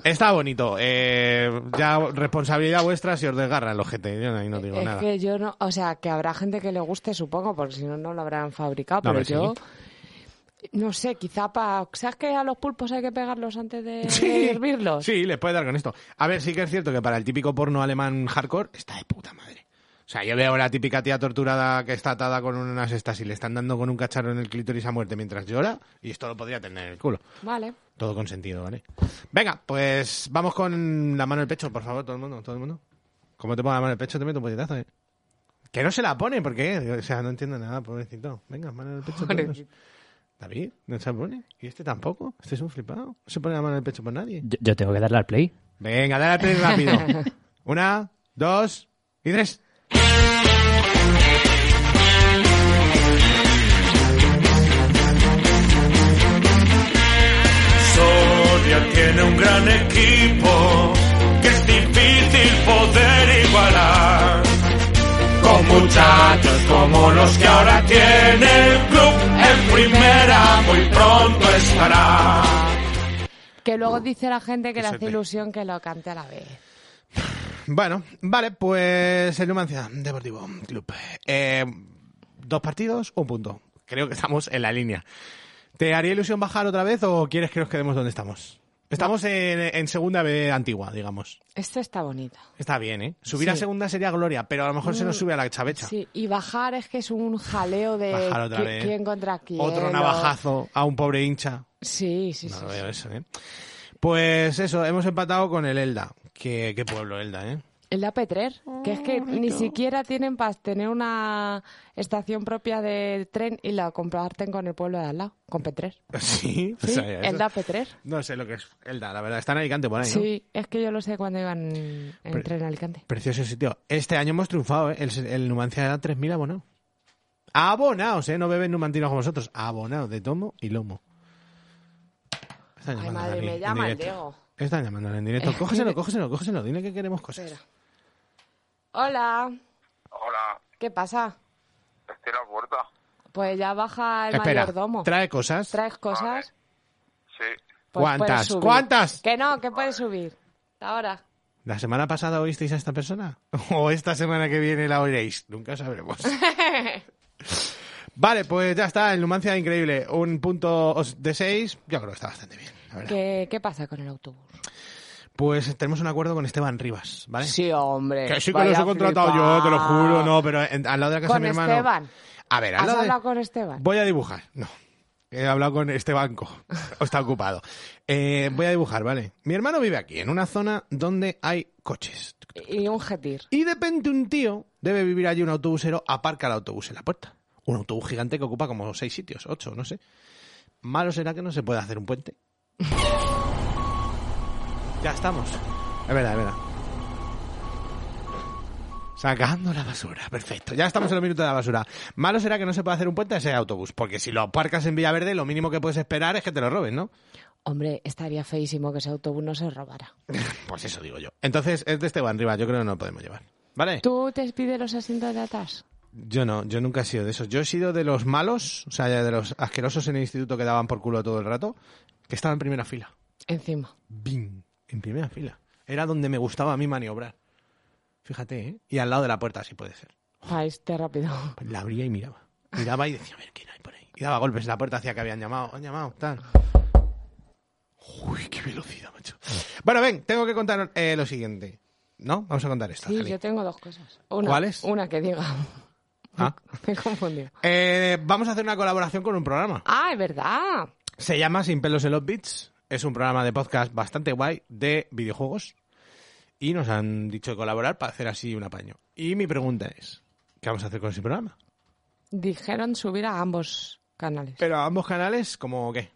Speaker 4: Está bonito. Eh, ya responsabilidad vuestra si os desgarran los gente. Yo ahí no digo
Speaker 5: es
Speaker 4: nada.
Speaker 5: que yo no, o sea, que habrá gente que le guste, supongo, porque si no, no lo habrán fabricado.
Speaker 4: No,
Speaker 5: pero
Speaker 4: pero
Speaker 5: yo, no sé, quizá para. ¿Sabes que a los pulpos hay que pegarlos antes de, de hervirlos?
Speaker 4: Sí, les puede dar con esto. A ver, sí que es cierto que para el típico porno alemán hardcore está de puta madre. O sea, yo veo la típica tía torturada que está atada con unas estas y le están dando con un cacharro en el clítoris a muerte mientras llora y esto lo podría tener en el culo.
Speaker 5: Vale.
Speaker 4: Todo con sentido, ¿vale? Venga, pues vamos con la mano en el pecho, por favor, todo el mundo, todo el mundo. Como te pongo la mano en el pecho, te meto un puñetazo, ¿eh? Que no se la pone, ¿por qué? O sea, no entiendo nada, pobrecito. Venga, mano en el pecho.
Speaker 5: Pobrecito.
Speaker 4: todos. David, no se la pone. ¿Y este tampoco? Este es un flipado. No se pone la mano en el pecho por nadie.
Speaker 6: Yo, yo tengo que darle al play.
Speaker 4: Venga, dale al play rápido. Una, dos y tres.
Speaker 8: Soria tiene un gran equipo que es difícil poder igualar. Con muchachos como los que ahora tiene el club en primera muy pronto estará.
Speaker 5: Que luego dice la gente que le hace
Speaker 4: suerte.
Speaker 5: ilusión que lo cante a la vez.
Speaker 4: Bueno, vale, pues el Numancia Deportivo Club. Eh, dos partidos, un punto. Creo que estamos en la línea. ¿Te haría ilusión bajar otra vez o quieres que nos quedemos donde estamos? Estamos en, en segunda B antigua, digamos.
Speaker 5: Esto está bonito.
Speaker 4: Está bien, ¿eh? Subir a
Speaker 5: Sí. Mm,
Speaker 4: segunda sería gloria, pero a lo mejor se nos sube a la chavecha.
Speaker 5: Sí, y bajar es que es un jaleo de
Speaker 4: Bajar otra
Speaker 5: qui-
Speaker 4: vez.
Speaker 5: quién contra quién.
Speaker 4: Otro
Speaker 5: o-
Speaker 4: navajazo a un pobre hincha.
Speaker 5: Sí, sí, sí.
Speaker 4: No
Speaker 5: sí.
Speaker 4: veo eso, ¿eh? Pues eso, hemos empatado con el Elda. Qué, qué pueblo Elda, ¿eh?
Speaker 5: El de Apetrer, que es que ni siquiera tienen para tener una estación propia de tren y la comparten con el pueblo de al lado, con Petrer.
Speaker 4: Sí, no
Speaker 5: Sí,
Speaker 4: sabía eso.
Speaker 5: el de Apetrer.
Speaker 4: No sé lo que es Elda, la verdad. Está en Alicante por ahí, ¿no?
Speaker 5: Sí, es que yo lo sé cuando iban en tren a Alicante.
Speaker 4: Precioso sitio. Este año hemos triunfado, ¿eh? El, el Numancia da 3.000 abonados. Abonados, ¿eh? No beben numantinos como vosotros. Abonados de tomo y lomo. Están
Speaker 5: Ay,
Speaker 4: llamando a
Speaker 5: madre,
Speaker 4: Dani
Speaker 5: me
Speaker 4: en
Speaker 5: llama el
Speaker 4: directo.
Speaker 5: Diego.
Speaker 4: Están llamándole en directo. Cógeselo, cógeselo, cógeselo. Dile que queremos cosas.
Speaker 5: Espera. Hola,
Speaker 9: Hola,
Speaker 5: ¿qué pasa?
Speaker 9: estoy en la puerta.
Speaker 5: Pues ya baja el
Speaker 4: Espera,
Speaker 5: mayordomo.
Speaker 4: trae cosas.
Speaker 5: ¿Traes cosas?
Speaker 9: Sí,
Speaker 5: Pues
Speaker 4: ¿Cuántas?
Speaker 5: puedes subir.
Speaker 4: ¿Cuántas?
Speaker 5: Que no, que puedes subir. Ahora.
Speaker 4: ¿La semana pasada oísteis a esta persona? ¿O esta semana que viene la oiréis? Nunca sabremos. vale, pues ya está. El Numancia increíble. Un punto os- de seis. Yo creo que está bastante bien. la verdad.
Speaker 5: ¿Qué, qué pasa con el autobús?
Speaker 4: Pues tenemos un acuerdo con Esteban Rivas, ¿vale?
Speaker 5: Sí, hombre.
Speaker 4: Que sí que
Speaker 5: vaya
Speaker 4: los he contratado
Speaker 5: flipado.
Speaker 4: yo, te lo juro, no, pero en- al lado de la casa
Speaker 5: Con
Speaker 4: de mi hermano.
Speaker 5: Esteban.
Speaker 4: A ver, al
Speaker 5: ¿Has
Speaker 4: lado de-
Speaker 5: hablado con Esteban?
Speaker 4: Voy a dibujar. No. He hablado con este banco. O está ocupado. Eh, voy a dibujar, ¿vale? Mi hermano vive aquí, en una zona donde hay coches.
Speaker 5: Y un jetir.
Speaker 4: Y de repente un tío debe vivir allí, un autobusero, aparca el autobús en la puerta. Un autobús gigante que ocupa como seis sitios, ocho, no sé. Malo será que no se pueda hacer un puente. ya estamos. Es verdad, es verdad. Sacando la basura, perfecto. Ya estamos en los minutos de la basura. Malo será que no se pueda hacer un puente a ese autobús, porque si lo aparcas en Villaverde, lo mínimo que puedes esperar es que te lo roben, ¿no?
Speaker 5: Hombre, estaría feísimo que ese autobús no se robara.
Speaker 4: Pues eso digo yo. Entonces, es de Esteban Rivas, yo creo que no lo podemos llevar. ¿Vale?
Speaker 5: ¿Tú te pides los asientos de atrás?
Speaker 4: Yo no, yo nunca he sido de esos. Yo he sido de los malos, o sea, de los asquerosos en el instituto que daban por culo todo el rato, que estaban en primera fila.
Speaker 5: Encima.
Speaker 4: ¡Bing! En primera fila. Era donde me gustaba a mí maniobrar. Fíjate, ¿eh? Y al lado de la puerta, así puede ser.
Speaker 5: Para irte rápido.
Speaker 4: Pues La abría y miraba. Miraba y decía, a ver, ¿quién hay por ahí? Y daba golpes en la puerta, hacía que habían llamado, han llamado, tal. Uy, qué velocidad, macho. Bueno, ven, tengo que contar eh, lo siguiente. ¿No? Vamos a contar esto.
Speaker 5: Sí,
Speaker 4: Jalí.
Speaker 5: yo tengo dos cosas. Una,
Speaker 4: ¿Cuáles?
Speaker 5: Una que diga.
Speaker 4: Ah.
Speaker 5: Me he confundido.
Speaker 4: Eh, vamos a hacer una colaboración con un programa.
Speaker 5: Ah, es verdad.
Speaker 4: Se llama Sin pelos en los bits. Es un programa de podcast bastante guay de videojuegos. Y nos han dicho de colaborar para hacer así un apaño. Y mi pregunta es, ¿qué vamos a hacer con ese programa?
Speaker 5: Dijeron subir a ambos canales.
Speaker 4: Pero a ambos canales, ¿como qué?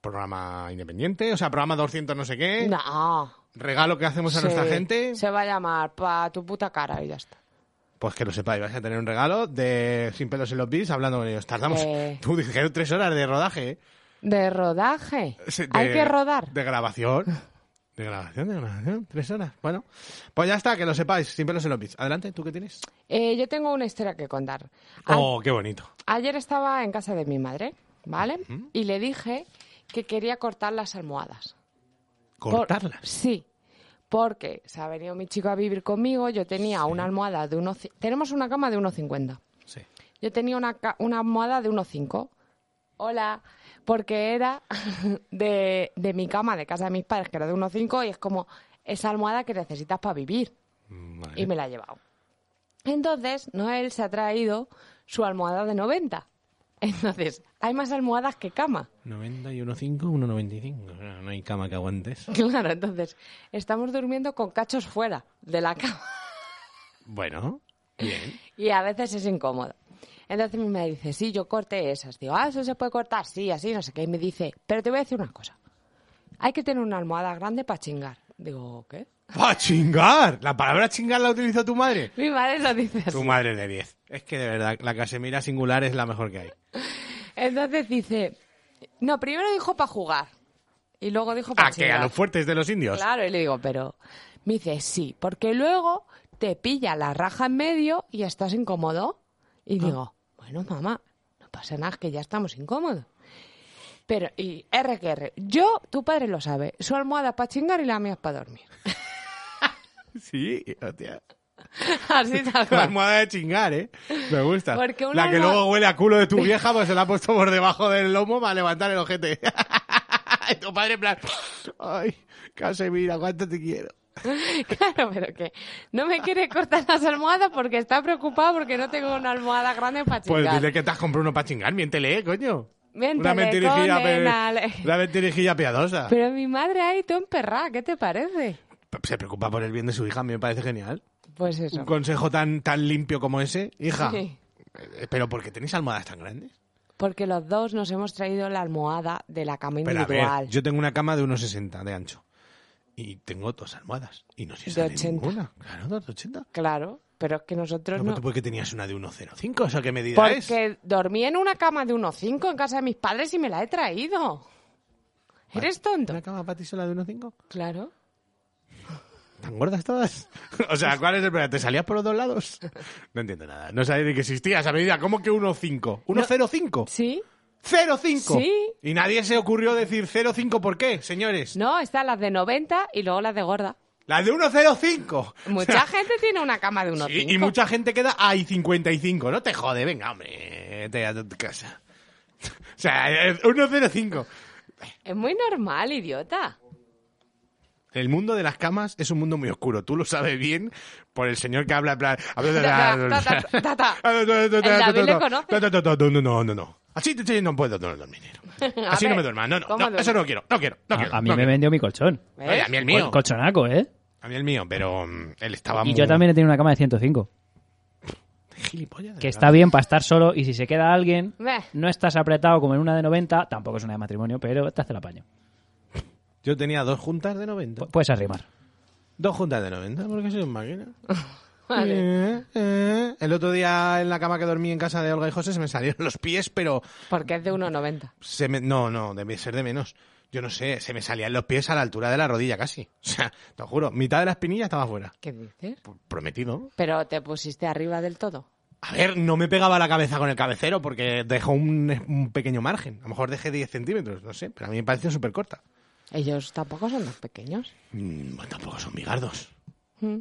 Speaker 4: ¿Programa independiente? O sea, programa 200 no sé qué.
Speaker 5: No.
Speaker 4: ¿Regalo que hacemos eh. a
Speaker 5: Se-
Speaker 4: nuestra gente?
Speaker 5: Se va a llamar pa tu puta cara y ya está.
Speaker 4: Pues que lo sepáis, vais a tener un regalo de Sin pelos en los bits hablando con ellos. Tardamos,
Speaker 5: Eh.
Speaker 4: tú, dijeron tres horas de rodaje, ¿eh?
Speaker 5: De rodaje.
Speaker 4: Se-
Speaker 5: Hay
Speaker 4: de-
Speaker 5: que rodar.
Speaker 4: De grabación. De grabación, de grabación. Tres horas. Bueno, pues ya está, que lo sepáis. Siempre lo se lo pis. Adelante, ¿tú qué tienes?
Speaker 5: Eh, yo tengo una historia que contar. A-
Speaker 4: Oh, qué bonito.
Speaker 5: Ayer estaba en casa de mi madre, ¿vale? Y le dije que quería cortar las almohadas. Por-
Speaker 4: Cortarlas.
Speaker 5: sí, porque se ha venido mi chico a vivir conmigo, yo tenía una almohada de unos... ci- Tenemos una cama de 1,50.
Speaker 4: Sí.
Speaker 5: Yo tenía una, ca- una almohada de 1,5. Hola, porque era de, de mi cama de casa de mis padres, que era de 1,5, y es como esa almohada que necesitas para vivir.
Speaker 4: Vale.
Speaker 5: Y me la ha llevado. Entonces, Noel se ha traído su almohada de 90. Entonces, hay más almohadas que cama.
Speaker 4: 91.5, 1.95. No hay cama que aguantes.
Speaker 5: Claro, entonces, estamos durmiendo con cachos fuera de la cama.
Speaker 4: Bueno, bien.
Speaker 5: Y a veces es incómodo. Entonces mi madre dice, sí, yo corté esas. Digo, ah, eso se puede cortar, sí, así, no sé qué. Y me dice, pero te voy a decir una cosa. Hay que tener una almohada grande para chingar. Digo, ¿qué?
Speaker 4: ¡Para chingar! La palabra chingar la utilizó tu madre.
Speaker 5: Mi madre lo dice así.
Speaker 4: Tu madre de 10. Es que de verdad, la Casemira singular es la mejor que hay.
Speaker 5: Entonces dice, no, primero dijo para jugar. Y luego dijo para
Speaker 4: ¿A Ah, que
Speaker 5: chingar.
Speaker 4: a los fuertes de los indios.
Speaker 5: Claro, y le digo, pero... Me dice, sí, porque luego te pilla la raja en medio y estás incómodo. Y
Speaker 4: Ah.
Speaker 5: digo, bueno, mamá, no pasa nada, que ya estamos incómodos. Pero, y R que R, yo, tu padre lo sabe, su almohada para chingar y la mía para dormir.
Speaker 4: Sí, hostia.
Speaker 5: Así tal
Speaker 4: La
Speaker 5: cual.
Speaker 4: almohada de chingar, ¿eh? Me gusta.
Speaker 5: Porque una
Speaker 4: La que
Speaker 5: almohada-
Speaker 4: luego huele a culo de tu vieja, pues se la ha puesto por debajo del lomo para levantar el ojete. y tu padre en plan... Ay, Casemira, cuánto te quiero.
Speaker 5: Claro, pero que no me quiere cortar las almohadas porque está preocupado porque no tengo una almohada grande para
Speaker 4: Pues
Speaker 5: chingar.
Speaker 4: dile que te has comprado uno para chingar. Miéntele, ¿eh, coño.
Speaker 5: Miéntele,
Speaker 4: una mentirijilla, pe-
Speaker 5: condenale.
Speaker 4: una mentirijilla piadosa.
Speaker 5: Pero mi madre ahí, tú emperrá, ¿qué te parece?
Speaker 4: Se preocupa por el bien de su hija, a mí me parece genial.
Speaker 5: Pues eso.
Speaker 4: Un consejo tan, tan limpio como ese, hija.
Speaker 5: Sí.
Speaker 4: Eh, Pero ¿por qué tenéis almohadas tan grandes?
Speaker 5: Porque los dos nos hemos traído la almohada de la cama
Speaker 4: Pero a
Speaker 5: individual.
Speaker 4: ver, yo tengo una cama de 1,60 de ancho. Y tengo dos almohadas. Y no sé si
Speaker 5: De
Speaker 4: sale
Speaker 5: 80.
Speaker 4: ninguna. Claro, dos de 80.
Speaker 5: Claro, pero es que nosotros
Speaker 4: No,
Speaker 5: no.
Speaker 4: pero tú porque tenías una de 1,05. O sea, ¿qué medida es?
Speaker 5: Porque dormí en una cama de 1,5 en casa de mis padres y me la he traído. ¿Eres tonto?
Speaker 4: ¿Una cama patisola de 1,5?
Speaker 5: Claro.
Speaker 4: ¿Tan gordas todas? o sea, ¿cuál es el problema? ¿Te salías por los dos lados? No entiendo nada. No sabía ni que existías. A medida, ¿cómo que 1,5? ¿1,05?
Speaker 5: ¿Sí?
Speaker 4: ¡0,5!
Speaker 5: Sí.
Speaker 4: Y nadie se ocurrió decir 0,5 por qué, señores.
Speaker 5: No, están las de 90 y luego las de gorda.
Speaker 4: ¡Las de 1,05!
Speaker 5: Mucha gente tiene una cama de 1,5.
Speaker 4: Y, y mucha gente queda ahí 55. No te jode, venga, hombre. Te a tu casa. O sea, eh, 1,05.
Speaker 5: Es muy normal, idiota.
Speaker 4: El mundo de las camas es un mundo muy oscuro. Tú lo sabes bien por el señor que habla en plan...
Speaker 5: Ta, ta, ta, ta, ta. El David le conoce.
Speaker 4: No, no, no, no, no. Así te- no puedo no dormir.
Speaker 5: A
Speaker 4: Así no
Speaker 5: ver,
Speaker 4: me duerma. No, no,
Speaker 5: ¿cómo
Speaker 4: no, eso
Speaker 5: duerme?
Speaker 4: no quiero. No quiero, no quiero.
Speaker 6: A, a mí
Speaker 4: no
Speaker 6: me
Speaker 4: quiero.
Speaker 6: vendió mi colchón.
Speaker 4: Oye, a mí el
Speaker 6: Col-
Speaker 4: mío.
Speaker 6: Colchonaco, ¿eh?
Speaker 4: A mí el mío, pero mm, él estaba
Speaker 6: Y
Speaker 4: muy...
Speaker 6: yo también he tenido una cama de 105.
Speaker 4: Gilipollas, de
Speaker 6: Que
Speaker 4: verdad.
Speaker 6: está bien para estar solo y si se queda alguien,
Speaker 5: Meh.
Speaker 6: no estás apretado como en una de 90, tampoco es una de matrimonio, pero te hace el apaño.
Speaker 4: Yo tenía dos juntas de 90.
Speaker 6: Pu- Puedes arrimar.
Speaker 4: Dos juntas de 90, porque soy un máquina.
Speaker 5: Vale.
Speaker 4: Eh, eh. El otro día en la cama que dormí en casa de Olga y José se me salieron los pies, pero
Speaker 5: Porque es de 1,90.
Speaker 4: se me... No, no, debe ser de menos. Yo no sé, se me salían los pies a la altura de la rodilla casi. O sea, te lo juro, mitad de la espinilla estaba fuera.
Speaker 5: ¿Qué dices?
Speaker 4: P- Prometido.
Speaker 5: Pero te pusiste arriba del todo.
Speaker 4: A ver, no me pegaba la cabeza con el cabecero porque dejó un, un pequeño margen. A lo mejor dejé 10 centímetros, no sé, pero a mí me pareció súper corta.
Speaker 5: Ellos tampoco son los pequeños.
Speaker 4: Mm, bueno, tampoco son bigardos.
Speaker 5: Mm.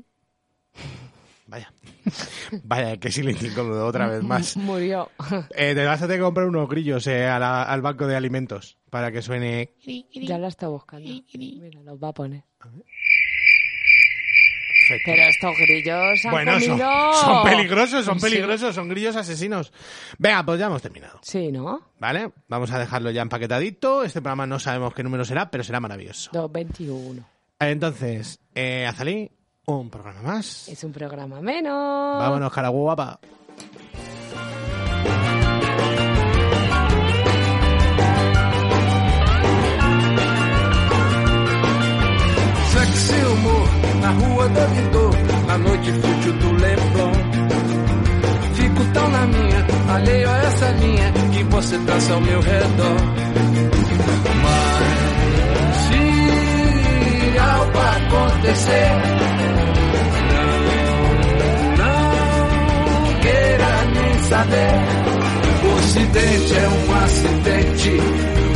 Speaker 4: Vaya. Vaya, qué silencio incómodo otra vez más.
Speaker 5: Murió.
Speaker 4: Eh, te vas a tener que comprar unos grillos eh, a la- al banco de alimentos para que suene.
Speaker 5: ya lo está buscando. Mira, los va a poner.
Speaker 4: perfecto.
Speaker 5: Pero estos grillos han
Speaker 4: Bueno, son,
Speaker 5: comido-
Speaker 4: son peligrosos, son
Speaker 5: Sí.
Speaker 4: peligrosos, son grillos asesinos. Venga, pues ya hemos terminado,
Speaker 5: Sí, ¿no?
Speaker 4: ¿vale? Vamos a dejarlo ya empaquetadito. Este programa no sabemos qué número será, pero será maravilloso.
Speaker 5: 221.
Speaker 4: Entonces, eh, Azalí, un programa más.
Speaker 5: Es un programa menos.
Speaker 4: Vámonos, cara guapa.
Speaker 3: Sexy humor na rua da Vitor, na noite fútil do Leblon. Fico tão na minha, alheio a essa linha que você traça ao meu redor. Mas se algo acontecer, não, não queira nem saber. O ocidente é um acidente,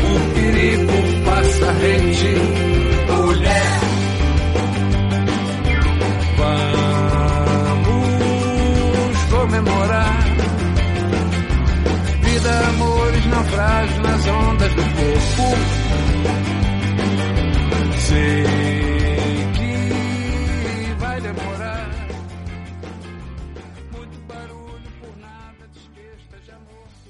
Speaker 3: o perigo passa rente. Mulher. Vamos comemorar. Vida, amores, naufrágios nas ondas do corpo. Sei que vai demorar. Muito barulho por nada, desquesta já morto.